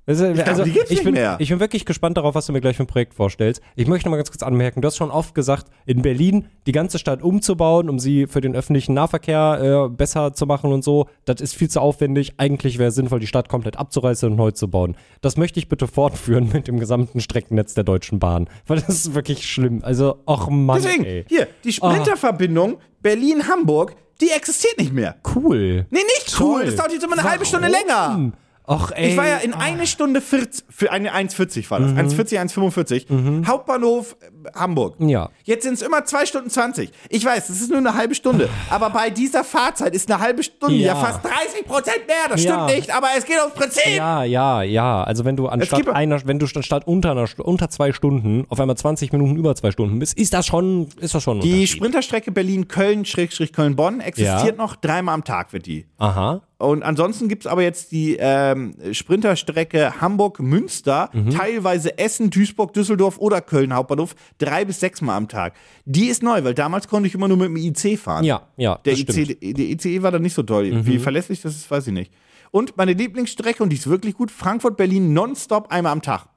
also, ich, die gibt's ich, nicht bin, mehr. ich bin wirklich gespannt darauf, was du mir gleich für ein Projekt vorstellst. Ich möchte noch mal ganz kurz anmerken, du hast schon oft gesagt, in Berlin die ganze Stadt umzubauen, um sie für den öffentlichen Nahverkehr äh, besser zu machen und so, das ist viel zu aufwendig. Eigentlich wäre es sinnvoll, die Stadt komplett abzureißen und neu zu bauen. Das möchte ich bitte fortführen mit dem gesamten Streckennetz der Deutschen Bahn, weil das ist wirklich schlimm. Also, ach Mann, Deswegen, ey. Ah. hier, die Sprinterverbindung Berlin-Hamburg, die existiert nicht mehr. Cool. Nee, nicht cool. Toll. Das dauert jetzt immer eine halbe Stunde Warum? länger. Och, ey. ah. Mhm. Ich war ja in eine Stunde 40, für eine 1,40 war das. 1,40, 1,45. Hauptbahnhof äh, Hamburg. Ja. Jetzt sind es immer zwei Stunden 20. Ich weiß, es ist nur eine halbe Stunde. aber bei dieser Fahrzeit ist eine halbe Stunde ja, Ja. fast 30 Prozent mehr. Das Ja. stimmt nicht, aber es geht ums Prinzip. Ja, ja, ja. Also wenn du anstatt gibt- einer, wenn du st- statt unter einer, Stu- unter zwei Stunden auf einmal 20 Minuten über zwei Stunden bist, ist das schon, ist das schon. ein Die Unterschied. Sprinterstrecke Berlin-Köln-Köln-Bonn existiert Ja. noch. Dreimal am Tag wird die. Aha. Und ansonsten gibt es aber jetzt die ähm, Sprinterstrecke Hamburg-Münster, Mhm. teilweise Essen, Duisburg, Düsseldorf oder Köln Hauptbahnhof, drei bis sechs Mal am Tag. Die ist neu, weil damals konnte ich immer nur mit dem IC fahren. Ja, ja. Der, das stimmt. Mhm. IC, der ICE war dann nicht so toll. Wie verlässlich das ist, weiß ich nicht. Und meine Lieblingsstrecke, und die ist wirklich gut, Frankfurt-Berlin nonstop einmal am Tag.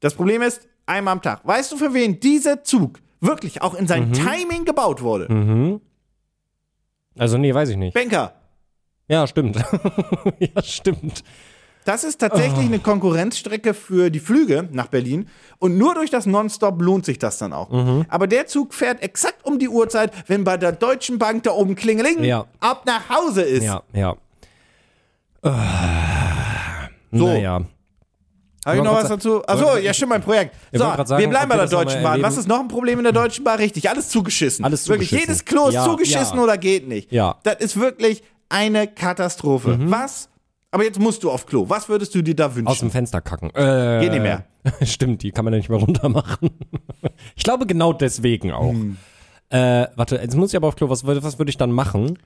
Das Problem ist, einmal am Tag. Weißt du, für wen dieser Zug wirklich auch in Mhm. sein Timing gebaut wurde? Also nee, weiß ich nicht. Banker, Ja, stimmt. ja, stimmt. Das ist tatsächlich Oh. eine Konkurrenzstrecke für die Flüge nach Berlin. Und nur durch das Nonstop lohnt sich das dann auch. Mhm. Aber der Zug fährt exakt um die Uhrzeit, wenn bei der Deutschen Bank da oben Klingeling Ja. ab nach Hause ist. Ja, ja. So. Naja. Habe ich Wir noch wollen was dazu? Achso, ja, stimmt, mein Projekt. So, wollen wir, grad sagen, bleiben ob bei wir der das noch mal Deutschen Bahn. erleben. Was ist noch ein Problem in der Deutschen Bahn? Richtig, alles zugeschissen. Alles Wirklich, zugeschissen. jedes Klo ist Ja, zugeschissen ja. oder geht nicht. Ja. Mhm. Das ist wirklich eine Katastrophe. Was? Aber jetzt musst du auf Klo. Was würdest du dir da wünschen? Aus dem Fenster kacken. Äh, Geht nicht mehr. Stimmt, die kann man ja nicht mehr runter machen. ich glaube genau deswegen auch. Hm. Äh, warte, jetzt muss ich aber auf Klo, was, wür- was würde ich dann machen?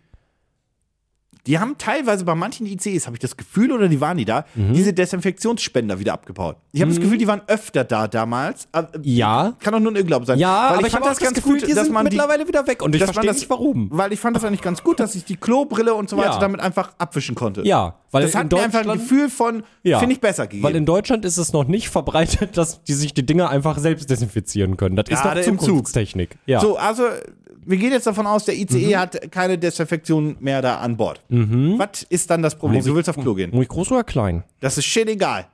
Die haben teilweise bei manchen ICs, habe ich das Gefühl, oder die waren die da, Mhm. diese Desinfektionsspender wieder abgebaut. Ich habe das Gefühl, die waren öfter da damals. Äh, Ja. Kann doch nur ein Irrglaube sein. Ja, Weil aber ich fand habe auch das Gefühl, die dass sind man die, mittlerweile wieder weg und ich dass man verstehe das- nicht warum. weil ich fand das eigentlich ganz gut, dass ich die Klobrille und so Ja. weiter damit einfach abwischen konnte. Ja, weil das in hat mir einfach ein Deutschland- Gefühl von, Ja. finde ich besser gegeben. Weil in Deutschland ist es noch nicht verbreitet, dass die sich die Dinger einfach selbst desinfizieren können. Das ist Gerade doch im Zug. Zukunftstechnik. Ja. Mhm. So, also wir gehen jetzt davon aus, der ICE hat keine Desinfektion mehr da an Bord. Was ist dann das Problem? Du willst auf Klo gehen. Muss ich groß oder klein? Das ist shit egal.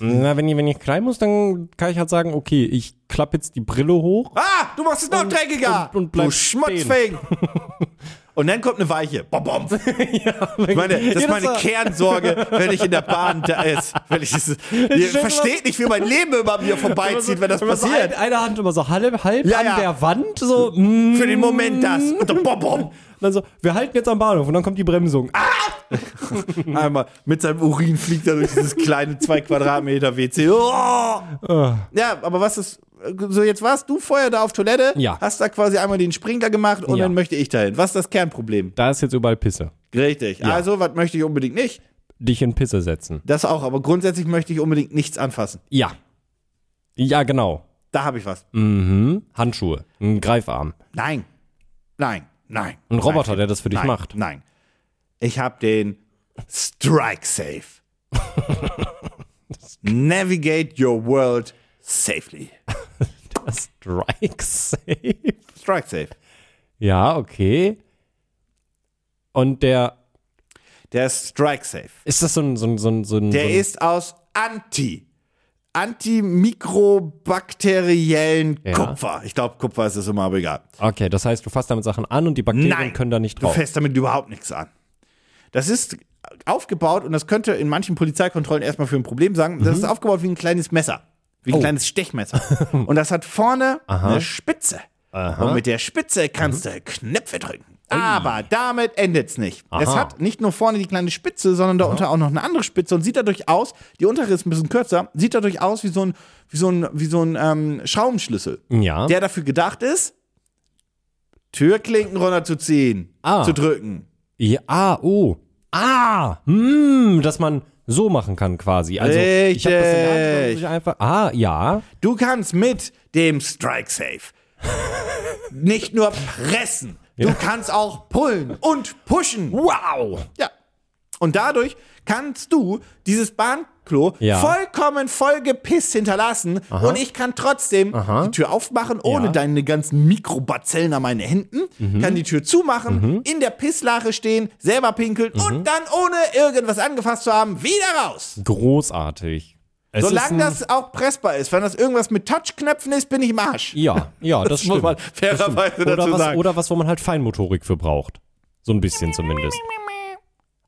Na, wenn ich, wenn ich klein muss, dann kann ich halt sagen, okay, ich klappe jetzt die Brille hoch. Ah, du machst es noch dreckiger. und- und du bleibst Schmutzfegen. und dann kommt eine Weiche. Bom, bom. Ich meine, Ja, das ist meine war- Kernsorge, wenn ich in der Bahn da ist. Wenn ich, es- ihr stell mir versteht nicht, wie mein Leben über mir vorbeizieht, wenn das immer so passiert. ein- eine Hand immer so halb, halb Ja, an ja. der Wand, so, mm, Für den Moment das. Und dann bom, bom. und dann so, wir halten jetzt am Bahnhof und dann kommt die Bremsung. Ah, Einmal mit seinem Urin fliegt er durch dieses kleine 2 Quadratmeter WC. Oh! Ja, aber was ist. So, jetzt warst du vorher da auf Toilette, Ja. hast da quasi einmal den Sprinkler gemacht und Ja. dann möchte ich dahin. Was ist das Kernproblem? da ist jetzt überall Pisse. Richtig. Also, was möchte ich unbedingt nicht? Dich in Pisse setzen. Das auch, aber grundsätzlich möchte ich unbedingt nichts anfassen. Ja. Ja, genau. Da habe ich was. Mhm. Handschuhe, ein Greifarm, Nein. Nein. Nein. ein Roboter, nein, der das für dich nein, macht. Nein. Ich habe den Strike Safe. Navigate your world safely. Strike Safe. Strike Safe. Ja, okay. Und der, Der ist Strike Safe. ist das so ein, so ein, so ein, so ein Der so ein, ist aus Anti. Antimikrobakteriellen Ja. Kupfer. Ich glaube, Kupfer ist es immer, aber egal. Okay, das heißt, du fasst damit Sachen an und die Bakterien Nein, können da nicht Du drauf. fährst damit überhaupt nichts an. Das ist aufgebaut, und das könnte in manchen Polizeikontrollen erstmal für ein Problem sagen, das Mhm. ist aufgebaut wie ein kleines Messer. Oh. Wie ein kleines Stechmesser. und das hat vorne eine Spitze. Und mit der Spitze Mhm. kannst du Knöpfe drücken. Aber damit endet's nicht. Es hat nicht nur vorne die kleine Spitze, sondern darunter auch noch eine andere Spitze und sieht dadurch aus, die untere ist ein bisschen kürzer, sieht dadurch aus wie so ein, wie so ein, wie so ein ähm, Schraubenschlüssel Ja. der dafür gedacht ist, Türklinken runterzuziehen, Ah. zu drücken. ja, ah, oh. Ah, mm, dass man so machen kann quasi. Also, ich habe das in der Hand und Richtig. ich einfach Ah, ja. Du kannst mit dem Strike Safe nicht nur pressen, du kannst auch pullen und pushen. Wow. Ja. Und dadurch kannst du dieses Bahnklo Ja. vollkommen vollgepisst hinterlassen und ich kann trotzdem die Tür aufmachen, ohne Ja. Mhm. deine ganzen Mikrobazellen an meine Händen, kann die Tür zumachen, in der Pisslache stehen, selber pinkeln Mhm. und dann ohne irgendwas angefasst zu haben, wieder raus. Großartig. Es ist ein- Solange das auch pressbar ist, wenn das irgendwas mit Touchknöpfen ist, bin ich im Arsch. Ja, ja, das, stimmt. muss man fairerweise oder dazu was, sagen. Oder was, wo man halt Feinmotorik für braucht. So ein bisschen zumindest.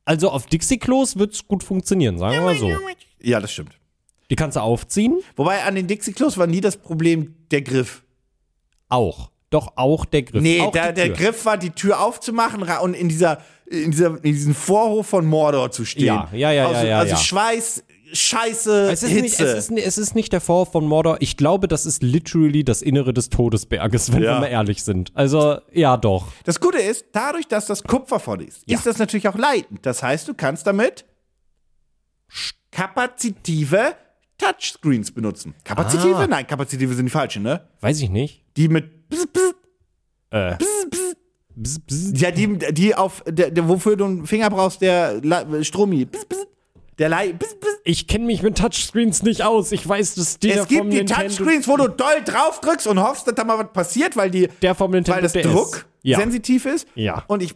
Also auf Dixie-Klos wird's gut funktionieren, sagen wir mal so. Ja, das stimmt. Die kannst du aufziehen. Wobei an den Dixie-Klos war nie das Problem der Griff. Auch. Doch auch der Griff. Nee, auch da, die der Tür. Griff war, die Tür aufzumachen ra- und in, dieser, in, dieser, in diesem Vorhof von Mordor zu stehen. Ja, ja, ja, also, ja, ja, Also ja. Schweiß, Scheiße, Es ist, Hitze. nicht, es, ist, ni- es ist nicht der Vorwurf von Mordor. Ich glaube, das ist literally das Innere des Todesberges, wenn Ja. wir mal ehrlich sind. Also, ja, doch. das Gute ist, dadurch, dass das Kupfer voll ist, Ja. ist das natürlich auch leitend. Das heißt, du kannst damit kapazitive Touchscreens benutzen. Kapazitive? Ah. Nein, kapazitive sind die falschen, ne? Weiß ich nicht. Die mit bzz, bzz, Äh. Bzz, bzz. Ja, die, die auf, der, der, wofür du einen Finger brauchst, der La- Stromi. Bzz, bzz, der Lei. Bzz, bzz. Ich kenne mich mit Touchscreens nicht aus. Ich weiß, dass die Es der vom gibt die Nintendo- Touchscreens, wo du doll drauf drückst und hoffst, dass da mal was passiert, weil die, Der vom Nintendo weil das DS. Druck Ja. sensitiv ist. Ja. Und ich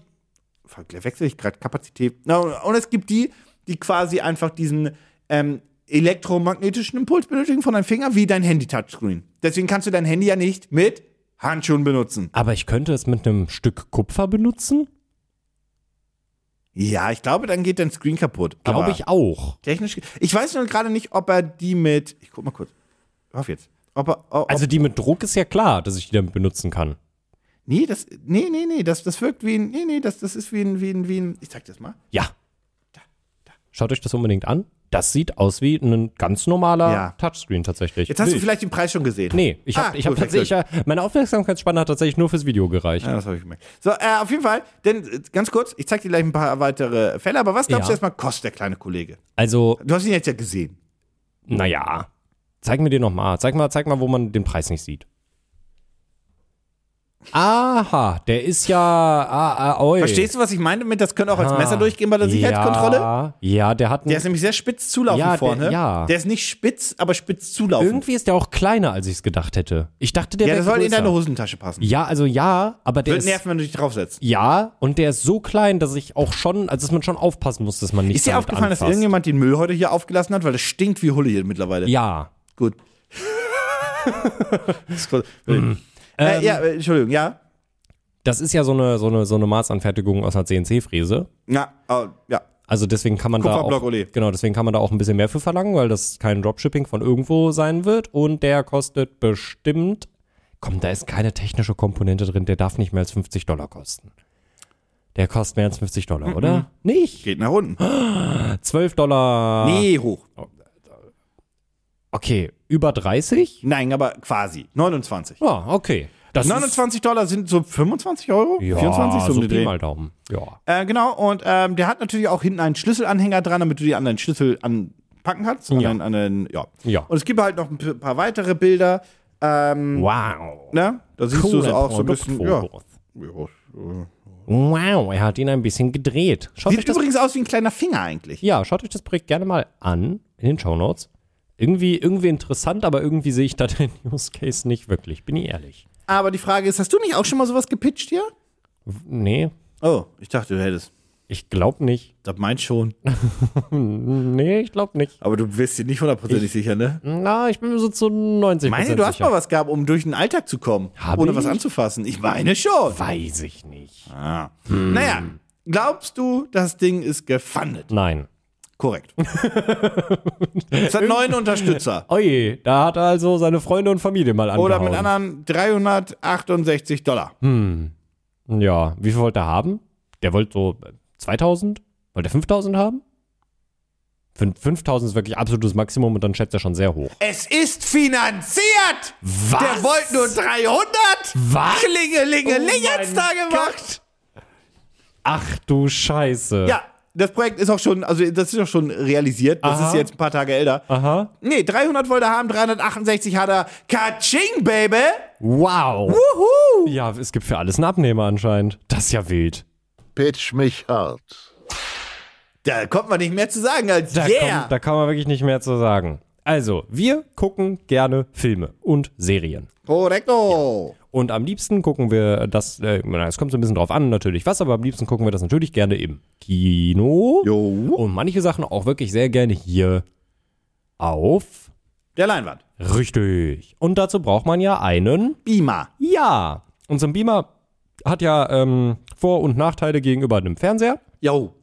wechsle ich gerade Kapazität. Na, Und es gibt die, die quasi einfach diesen ähm, elektromagnetischen Impuls benötigen von deinem Finger, wie dein Handy-Touchscreen. Deswegen kannst du dein Handy ja nicht mit Handschuhen benutzen. Aber ich könnte es mit einem Stück Kupfer benutzen? Ja, ich glaube, dann geht dein Screen kaputt. Glaube Aber- ich auch. Technisch. Ich weiß nur gerade nicht, ob er die mit. Ich guck mal kurz. Auf jetzt. Ob er. Ob, Also die mit Druck ist ja klar, dass ich die damit benutzen kann. nee, das. Nee, nee, nee. Das, das wirkt wie ein. Nee, nee, das, das ist wie ein, wie ein, wie ein. Ich zeig das mal. Ja. Schaut euch das unbedingt an. Das sieht aus wie ein ganz normaler Ja. Touchscreen tatsächlich. Jetzt hast du Nee. vielleicht den Preis schon gesehen. Nee, ich habe Ah, ich hab gut, tatsächlich, ja, meine Aufmerksamkeitsspanne hat tatsächlich nur fürs Video gereicht. Ja, das habe ich gemerkt. So, äh, auf jeden Fall, denn äh, ganz kurz, ich zeig dir gleich ein paar weitere Fälle, aber was glaubst Ja. du erstmal, kostet der kleine Kollege? Also, Du hast ihn jetzt ja gesehen. naja. Zeig mir den nochmal. Zeig mal, zeig mal, wo man den Preis nicht sieht. Aha, der ist ja. Ah, ah, oi. Verstehst du, was ich meine mit, das könnte auch als Ah, Messer durchgehen bei der Sicherheitskontrolle? Ja, ja der hat Der einen, ist nämlich sehr spitz zulaufend Ja, der- vorne. ja. Der ist nicht spitz, aber spitz zulaufend. Irgendwie ist der auch kleiner, als ich es gedacht hätte. Ich dachte, der ja, wäre der soll in größer. deine Hosentasche passen. Ja, also ja, aber der Wird ist. nerven, wenn du dich draufsetzt. Ja, und der ist so klein, dass ich auch schon, also dass man schon aufpassen muss, dass man nicht Ist dir damit aufgefallen, dass anfasst. irgendjemand den Müll heute hier aufgelassen hat? Weil das stinkt wie Hulle hier mittlerweile. Ja. Gut. Das ist cool. Mhm. Ähm. äh, ja, äh, Entschuldigung, ja. Das ist ja so eine, so eine, so eine Maßanfertigung aus einer CNC-Fräse. Ja, oh, ja. Also deswegen kann man da Kupferblock, auch, Ole. genau, deswegen kann man da auch ein bisschen mehr für verlangen, weil das kein Dropshipping von irgendwo sein wird und der kostet bestimmt, komm, da ist keine technische Komponente drin, der darf nicht mehr als 50 Dollar kosten. Der kostet mehr als 50 Dollar, Mhm. oder? Nicht. Geht nach unten. Ah. 12 Dollar. Nee, hoch. Okay, über 30? Nein, aber quasi. 29. Ja, okay. Das ist- 29 Dollar sind so 25 Euro? ja, 24 so, um so den Pi Dreh. mal Daumen. Ja. Äh, genau, und ähm, der hat natürlich auch hinten einen Schlüsselanhänger dran, damit du die anderen Schlüssel anpacken kannst. An Ja. den, an den, ja. Ja. Und es gibt halt noch ein p- paar weitere Bilder. Ähm, Wow. ne? Da siehst du es Cooler auch so ein bisschen. Ja. Produktfokus. Wow, er hat ihn ein bisschen gedreht. Schaut euch Sieht das übrigens aus wie ein kleiner Finger eigentlich. ja, schaut euch das Projekt gerne mal an in den Shownotes. Irgendwie, irgendwie interessant, aber irgendwie sehe ich da den Use Case nicht wirklich, bin ich ehrlich. Aber die Frage ist, hast du nicht auch schon mal sowas gepitcht hier? Nee, Oh, ich dachte, du hättest. ich glaube nicht. Das meint schon. Nee, ich glaube nicht. Aber du bist dir nicht hundertprozentig sicher, ne? Na, ich bin mir so zu 90 Meine, du hast Hm? sicher. mal was gehabt, um durch den Alltag zu kommen. Hab ohne ich? was anzufassen. Ich meine schon. Weiß ich nicht. Ah. Hm. Naja, glaubst du, das Ding ist gefundet? Nein. Korrekt. es hat neun Unterstützer. Oje, da hat er also seine Freunde und Familie mal angehauen. Oder mit anderen 368 Dollar. Ja, wie viel wollte er haben? Der wollte so äh, 2000? Wollte er 5000 haben? Fün- 5000 ist wirklich absolutes Maximum und dann schätzt er schon sehr hoch. Es ist finanziert! Was? Der wollte nur 300! Was? Klingelingeling Oh hat's mein da gemacht! Ach du Scheiße. Ja, das Projekt ist auch schon, also das ist auch schon realisiert. Das Aha. ist jetzt ein paar Tage älter. Aha. Nee, 300 wollte er haben, 368 hat er. Katsching, Baby! Wow. Wuhu! Ja, es gibt für alles einen Abnehmer anscheinend. Das ist ja wild. Pitch mich hart. Da kommt man nicht mehr zu sagen als Da, yeah! kommt, da kann man wirklich nicht mehr zu sagen. Also, wir gucken gerne Filme und Serien. Korrekto! Und am liebsten gucken wir das, äh, na, es kommt so ein bisschen drauf an, natürlich was, aber am liebsten gucken wir das natürlich gerne im Kino. Jo. Und manche Sachen auch wirklich sehr gerne hier auf. Der Leinwand. Richtig. Und dazu braucht man ja einen. Beamer. Ja. Und so ein Beamer hat ja ähm, Vor- und Nachteile gegenüber einem Fernseher. Jo.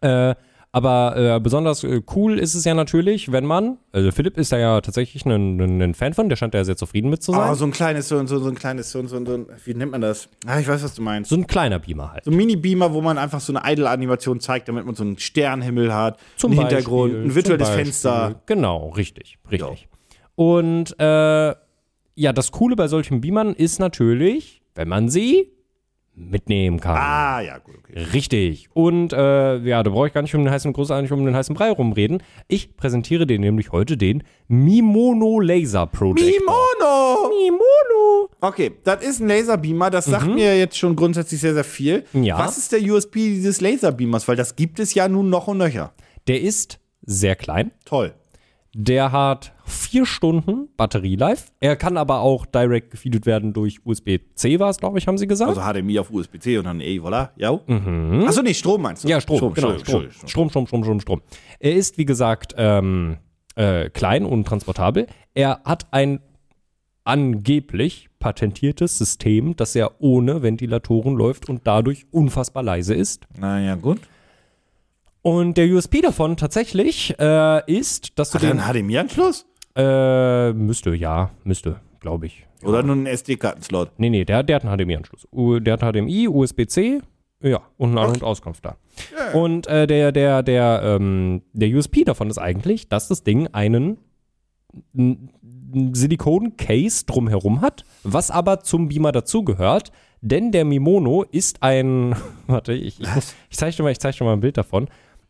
Äh, aber äh, besonders äh, cool ist es ja natürlich, wenn man, also Philipp ist da ja tatsächlich ein, ein, ein Fan von, der scheint da ja sehr zufrieden mit zu sein. Ah, so ein kleines, so, ein- so, ein- so ein kleines, so, ein- so, ein- so ein, wie nennt man das? Ah, ich weiß, was du meinst. so ein kleiner Beamer halt. So ein Mini-Beamer, wo man einfach so eine Idle-Animation zeigt, damit man so einen Sternenhimmel hat, Zum einen Beispiel, Hintergrund, ein virtuelles zum Beispiel. Fenster. Genau, richtig, richtig. Und äh, ja, das Coole bei solchen Beamern ist natürlich, wenn man sie mitnehmen kann. Ah, ja, gut, okay. Richtig. Und äh, ja, da brauche ich gar nicht um den heißen großartig um den heißen Brei rumreden. Ich präsentiere dir nämlich heute den Mimono Laser Project. Mimono! Mimono! Okay, das ist ein Laserbeamer, das sagt mir jetzt schon grundsätzlich sehr, sehr viel. Ja. Was ist der USB dieses Laserbeamers? Weil das gibt es ja nun noch und nöcher. Der ist sehr klein. Toll. Der hat vier Stunden Batterielife. Er kann aber auch direkt gefeedet werden durch USB-C, war es, glaube ich, haben sie gesagt. Also HDMI auf USB-C und dann E, voilà. Ja. Mhm. Achso, nee, Strom meinst du? ja, Strom, Strom, genau. Strom, Strom, Strom, Strom, Strom, Strom, Strom. Er ist, wie gesagt, ähm, äh, klein und transportabel. Er hat ein angeblich patentiertes System, das ja ohne Ventilatoren läuft und dadurch unfassbar leise ist. Naja, gut. Und der USP davon tatsächlich äh, ist, dass du Hat er den einen HDMI-Anschluss? äh, müsste, ja, müsste, glaube ich. Oder nur einen SD-Kartenslot? Nee, nee, der, der hat einen HDMI-Anschluss. U- Der hat HDMI, USB-C, ja, und einen An- und Auskunft da. Und äh, der, der, der, ähm, der USP davon ist eigentlich, dass das Ding einen n- n- Silikon-Case drumherum hat, was aber zum Beamer dazugehört, denn der Mimono ist ein, warte, ich, ich, ich zeige dir, mal- ich zeig dir mal ein Bild davon.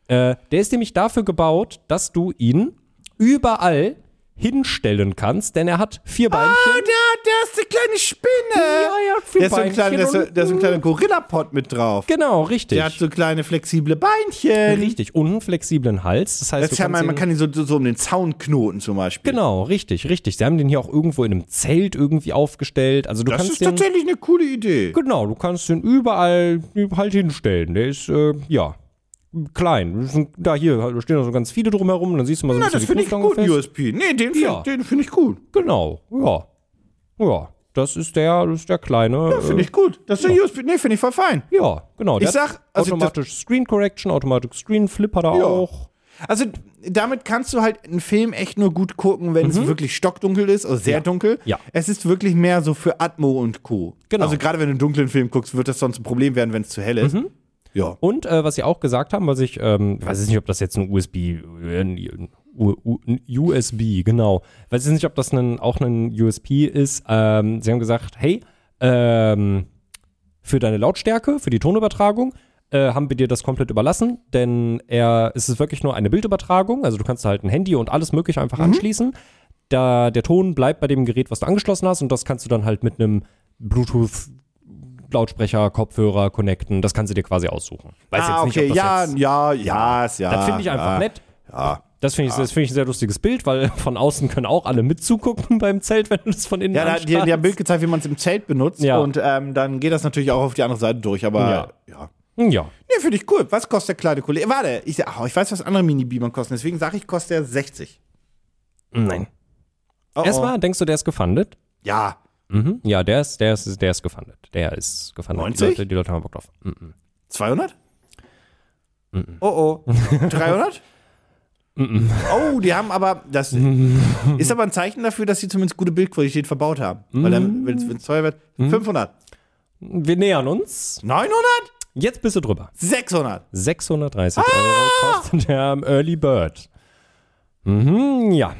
Äh, der ist nämlich dafür gebaut, dass du ihn überall hinstellen kannst, denn er hat vier Beinchen. da, da ist eine kleine Spinne. Ja, ja, viel da ist so ein Beinchen kleiner, da ist so, und- da ist so ein kleiner Gorilla-Pod mit drauf. Genau, richtig. Der hat so kleine flexible Beinchen. Richtig, und einen flexiblen Hals. Das heißt, Mhm. Das du ist ja kannst mal, man ihn- kann ihn so, so, so um den Zaun knoten zum Beispiel. Genau, richtig, richtig. Sie haben den hier auch irgendwo in einem Zelt irgendwie aufgestellt. Also du Das kannst ist den, tatsächlich eine coole Idee. genau, du kannst den überall halt hinstellen. Der ist äh, ja klein. Da hier stehen noch so ganz viele drumherum. Dann siehst du mal so Na, ein bisschen das finde die ich einen Fußstange guten fest. USP. Nee, den finde Ja. den finde ich gut. Genau, ja, ja. Das ist der, das ist der kleine. Äh. Ja, Finde ich gut. Das ist ein USP. Nee, finde ich voll fein. ja genau. Der Ich sag, hat also automatisch Screen Correction, automatisch Screen Flip hat er Ja. auch. Also damit kannst du halt einen Film echt nur gut gucken, wenn es wirklich stockdunkel ist, also sehr dunkel. Mhm. Ja. Es ist wirklich mehr so für Atmo und Co. Genau. Also gerade wenn du einen dunklen Film guckst, wird das sonst ein Problem werden, wenn es zu hell ist. Mhm. Ja. Und äh, was sie auch gesagt haben, was ich, ähm, ich weiß jetzt nicht, ob das jetzt ein USB, äh, ein U- U- ein USB, genau. Ich weiß jetzt nicht, ob das ein, auch ein USP ist. Ähm, sie haben gesagt, hey, ähm, für deine Lautstärke, für die Tonübertragung, äh, haben wir dir das komplett überlassen, denn er, es ist wirklich nur eine Bildübertragung. Also du kannst halt ein Handy und alles Mögliche Mhm. einfach anschließen. Da, der Ton bleibt bei dem Gerät, was du angeschlossen hast, und das kannst du dann halt mit einem Bluetooth Lautsprecher, Kopfhörer connecten, das kannst du dir quasi aussuchen. Weiß ah, jetzt nicht, okay. ob das ja, jetzt, ja, ja, ist ja. das finde ich ja. einfach nett. Das finde ich, das finde ich ein sehr lustiges Bild, weil von außen können auch alle mitzugucken beim Zelt, wenn du es von innen Ja, da hat die, die haben anstarrst. Bild gezeigt, wie man es im Zelt benutzt. Ja. Und ähm, dann geht das natürlich auch auf die andere Seite durch, aber Ja. ja. Ja, Nee, finde ich cool. Was kostet der kleine Kollege? Warte, ich, ah, ich weiß, was andere Mini-Beamer kosten, deswegen sage ich, kostet er 60. nein. Oh, oh. Erstmal denkst du, der ist gefundet? Ja. Mhm. Ja, der ist, der ist, der ist gefundet. Der ist gefundet. 90? Die Leute, die Leute haben Bock drauf. Mhm. 200? Oh oh. 300? oh, die haben aber das ist aber ein Zeichen dafür, dass sie zumindest gute Bildqualität verbaut haben. Weil dann, Mm-hmm. wenn es teuer wird, 500, Wir nähern uns. 900, Jetzt bist du drüber. 600. 630 Ah! Euro kostet der am Early Bird. Mhm, ja.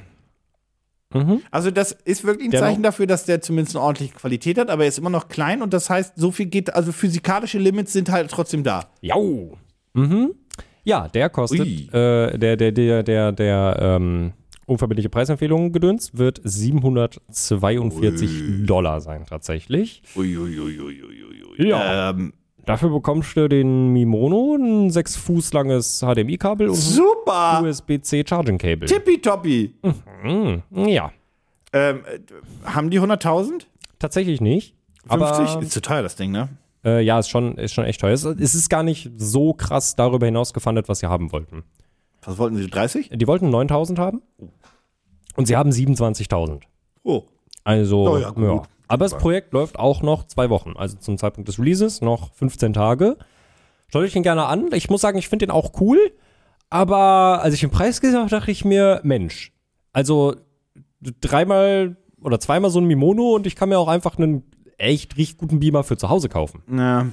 Also das ist wirklich ein Der Zeichen noch- dafür, dass der zumindest eine ordentliche Qualität hat, aber er ist immer noch klein und das heißt, so viel geht, also physikalische Limits sind halt trotzdem da. Jau. Mhm. Ja, der Ui. kostet, äh, der, der, der, der, der, ähm, unverbindliche Preisempfehlung gedöns wird 742 Dollar sein tatsächlich. Ja. Ähm, Dafür bekommst du den Mimono, ein 6 Fuß langes HDMI-Kabel und ein super! USB-C Charging Cable. Tippitoppi! Ja, Ähm, äh, haben die 100.000? tatsächlich nicht. 50 aber, ähm, Ist zu teuer, das Ding, ne? Äh, ja, ist schon, ist schon echt teuer. Es, es ist gar nicht so krass darüber hinaus gefundet, was sie haben wollten. Was wollten sie, 30? Die wollten 9000 haben und sie haben 27.000. Oh. Also, Oh ja, gut. aber das Projekt läuft auch noch zwei Wochen. Also zum Zeitpunkt des Releases noch 15 Tage. Schaut euch den gerne an. Ich muss sagen, ich finde den auch cool. Aber als ich den Preis gesehen habe, dachte ich mir, Mensch, also dreimal oder zweimal so ein Mimono und ich kann mir auch einfach einen echt richtig guten Beamer für zu Hause kaufen. Ja.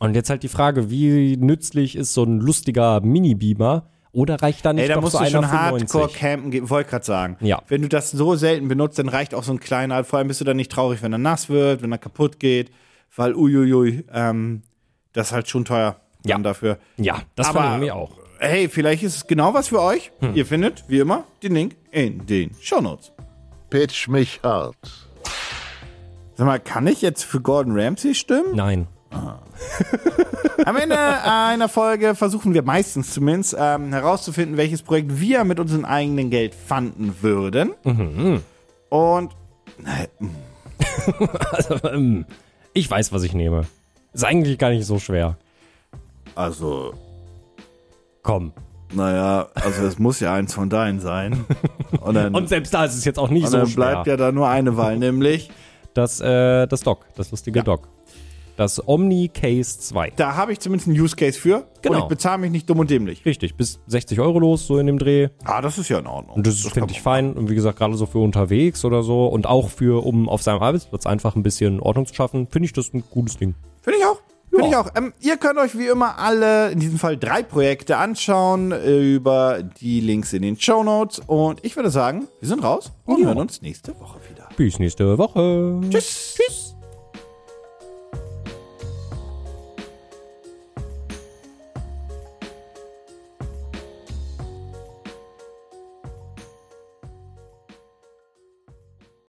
Und jetzt halt die Frage, wie nützlich ist so ein lustiger Mini-Beamer? Oder reicht da nicht Ey, da doch musst so du einer schon für hardcore 90? campen gehen, wollte gerade sagen. Ja. Wenn du das so selten benutzt, dann reicht auch so ein kleiner. Vor allem bist du dann nicht traurig, wenn er nass wird, wenn er kaputt geht, weil uiuiui, ähm, das ist halt schon teuer Ja. dann dafür. Ja, das Aber- fand ich irgendwie auch. Hey, vielleicht ist es genau was für euch. Hm. Ihr findet, wie immer, den Link in den Shownotes. Pitch mich hart. Sag mal, kann ich jetzt für Gordon Ramsay stimmen? Nein. Am Ende einer Folge versuchen wir meistens zumindest ähm, herauszufinden, welches Projekt wir mit unserem eigenen Geld fanden würden. Mhm. Und Ich weiß, was ich nehme. Ist eigentlich gar nicht so schwer. also, Komm. naja, also es muss ja eins von deinen sein. Und dann, Und und selbst da ist es jetzt auch nicht Also so dann schwer. bleibt ja da nur eine Wahl, nämlich. das, äh, das Dock, das lustige Dock. Das Omni Case 2. Da habe ich zumindest einen Use Case für. Und Genau. ich bezahle mich nicht dumm und dämlich. Richtig, bis 60 Euro los, so in dem Dreh. Ah, das ist ja in Ordnung. Und das, finde ich fein. Und wie gesagt, gerade so für unterwegs oder so und auch für, um auf seinem Arbeitsplatz einfach ein bisschen Ordnung zu schaffen, finde ich das ein gutes Ding. Finde ich auch. Finde Ja. ich auch. Ähm, ihr könnt euch wie immer alle, in diesem Fall drei Projekte anschauen äh, über die Links in den Show Notes. Und ich würde sagen, wir sind raus und hören uns nächste Woche wieder. Bis nächste Woche. Tschüss. Tschüss.